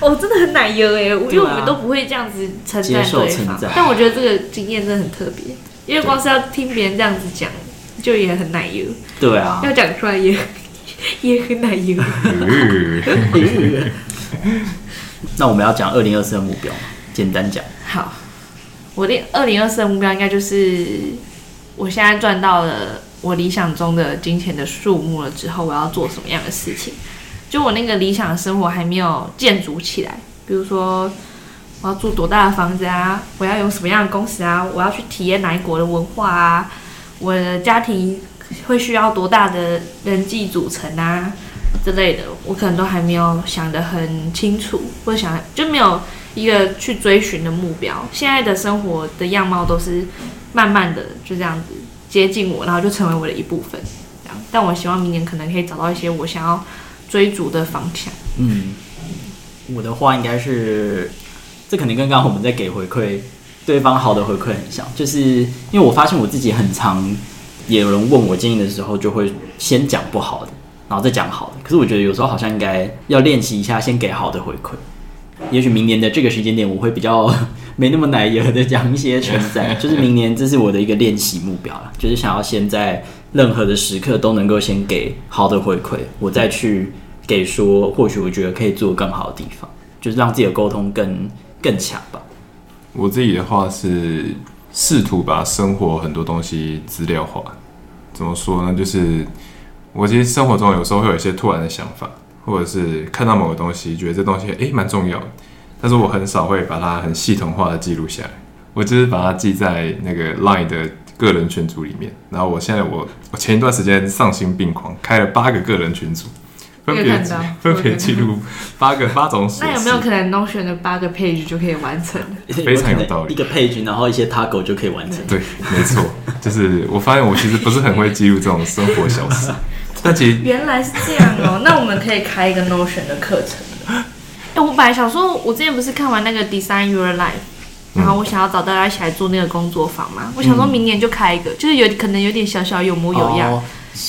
Speaker 1: 哦，真的很奶油哎，因为
Speaker 2: 对啊
Speaker 1: 我们都不会这样子称赞
Speaker 2: 接受
Speaker 1: 对
Speaker 2: 称
Speaker 1: 方
Speaker 2: 赞，
Speaker 1: 但我觉得这个经验真的很特别，因为光是要听别人这样子讲，就也很奶油，
Speaker 2: 对
Speaker 1: <laughs>
Speaker 2: 啊，
Speaker 1: 要讲出来也也很奶油。
Speaker 3: 嗯
Speaker 2: 那我们要讲二零二四的目标吗，简单讲，
Speaker 1: 好，我的二零二四的目标应该就是，我现在赚到了我理想中的金钱的数目了之后，我要做什么样的事情？就我那个理想的生活还没有建筑起来，比如说我要住多大的房子啊，我要用什么样的公司啊，我要去体验哪一国的文化啊，我的家庭会需要多大的人际组成啊之类的，我可能都还没有想得很清楚，或者想就没有一个去追寻的目标。现在的生活的样貌都是慢慢的就这样子接近我，然后就成为我的一部分。这样，但我希望明年可能可以找到一些我想要追逐的方向。
Speaker 2: 嗯，我的话应该是，这可能跟刚刚我们在给回馈对方好的回馈很像，就是因为我发现我自己很常也有人问我建议的时候，就会先讲不好的，然后再讲好的。可是我觉得有时候好像应该要练习一下，先给好的回馈。也许明年的这个时间点，我会比较 <laughs> 没那么奶油的讲一些称
Speaker 3: <laughs>
Speaker 2: 赞，就是明年这是我的一个练习目标了，就是想要先在任何的时刻都能够先给好的回馈，我再去给说，或许我觉得可以做更好的地方，就是让自己的沟通更更强吧。
Speaker 3: 我自己的话是试图把生活很多东西资料化。怎么说呢？就是我其实生活中有时候会有一些突然的想法，或者是看到某个东西，觉得这东西诶蛮重要的，但是我很少会把它很系统化的记录下来。我只是把它记在那个 <laughs> Line 的个人群组里面。然后我现在我我前一段时间丧心病狂开了八个个人群组，分
Speaker 1: 我有
Speaker 3: 别
Speaker 1: 看到
Speaker 3: 分别记录八个八种琐
Speaker 1: 那有没
Speaker 3: 事
Speaker 1: 有。可能 Notion 的八个 page 就可以完成了？
Speaker 3: <laughs> 非常有道理
Speaker 2: 一个 page，然后一些 toggle 就可以完成。
Speaker 3: <laughs> 对，没错，就是我发现我其实不是很会记录这种生活小事，但其实
Speaker 1: 原来是这样哦，那我们可以开一个 Notion 的课程。哎、我本来想说，我之前不是看完那个 Design Your Life，然后我想要找大家一起来做那个工作坊嘛，我想说明年就开一个，就是有可能有点小小有模有样。
Speaker 2: 哦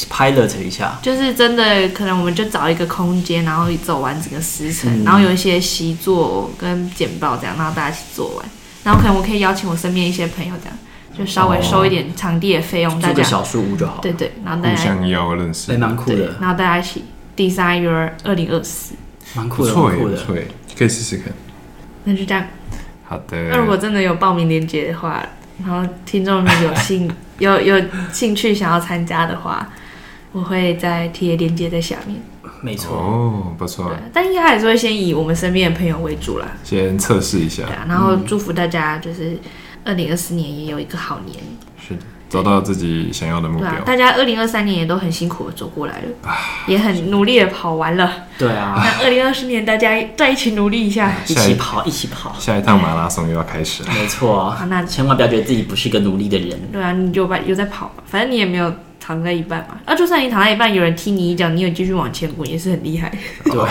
Speaker 2: pilot 一下，
Speaker 1: 就是真的，可能我们就找一个空间，然后走完整个时程，然后有一些习作跟简报这样，然后大家一起做完。然后可能我可以邀请我身边一些朋友这样，就稍微收一点场地的费用，大
Speaker 2: 做个
Speaker 1: 家
Speaker 2: 小树屋就好，
Speaker 1: 对对，然后大
Speaker 3: 互
Speaker 1: 家
Speaker 3: 相要认识
Speaker 2: 哎，，蛮酷
Speaker 1: 对
Speaker 2: 的，，
Speaker 1: 然后大家一起 design your 二零二四。
Speaker 2: 蛮
Speaker 3: 不
Speaker 2: 酷的，
Speaker 3: 错
Speaker 2: 蛮
Speaker 3: 耶，
Speaker 2: 酷
Speaker 3: 不
Speaker 2: 的。
Speaker 3: 错耶，可以试试看。
Speaker 1: 那就这样。
Speaker 3: 好
Speaker 1: 那如
Speaker 3: 的，
Speaker 1: 果真的有报名链接的话，然后听众们有兴有有兴趣想要参加的话，我会再贴链接在下面。
Speaker 2: 没错，
Speaker 3: 哦，不
Speaker 1: 对
Speaker 3: 错，，
Speaker 1: 但应该还是会先以我们身边的朋友为主啦。
Speaker 3: 先测试一下
Speaker 1: 对，啊，然后祝福大
Speaker 3: 嗯
Speaker 1: 家就是二零二四年也有一个好年，
Speaker 3: 是找到自己想要的目
Speaker 1: 对
Speaker 3: 标
Speaker 1: 啊，，大家二零二三年也都很辛苦的走过来了，也很努力的跑完了。
Speaker 2: 对啊，
Speaker 1: 那二零二四年大家再一起努力一下。
Speaker 2: 一
Speaker 3: 哦下一
Speaker 2: 起跑，一起跑，
Speaker 3: 下一趟马拉松又要开始了。
Speaker 2: <laughs> 没错
Speaker 1: 好，那
Speaker 2: 千万不要觉得自己不是个努力的人，
Speaker 1: 对啊，你就把有在跑吧，反正你也没有躺在一半嘛。啊，就算你躺在一半，有人踢你一脚，你有继续往前滚，也是很厉
Speaker 3: <laughs>
Speaker 1: 害。
Speaker 2: 对啊，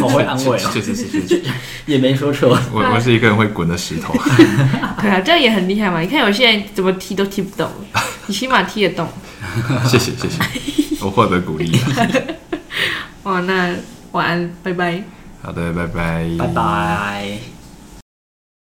Speaker 2: 好会安慰哦，
Speaker 3: 是是是是，
Speaker 2: <laughs> 也没说错，
Speaker 3: 我我是一个人会滚的石头，
Speaker 1: 对啊，这样也很厉害嘛。你看有些人怎么踢都踢不动，你起码踢得动。
Speaker 3: 谢谢谢谢，我获得鼓励了。
Speaker 1: 哇，那晚安，拜拜。
Speaker 3: 好的，拜拜，
Speaker 2: 拜拜。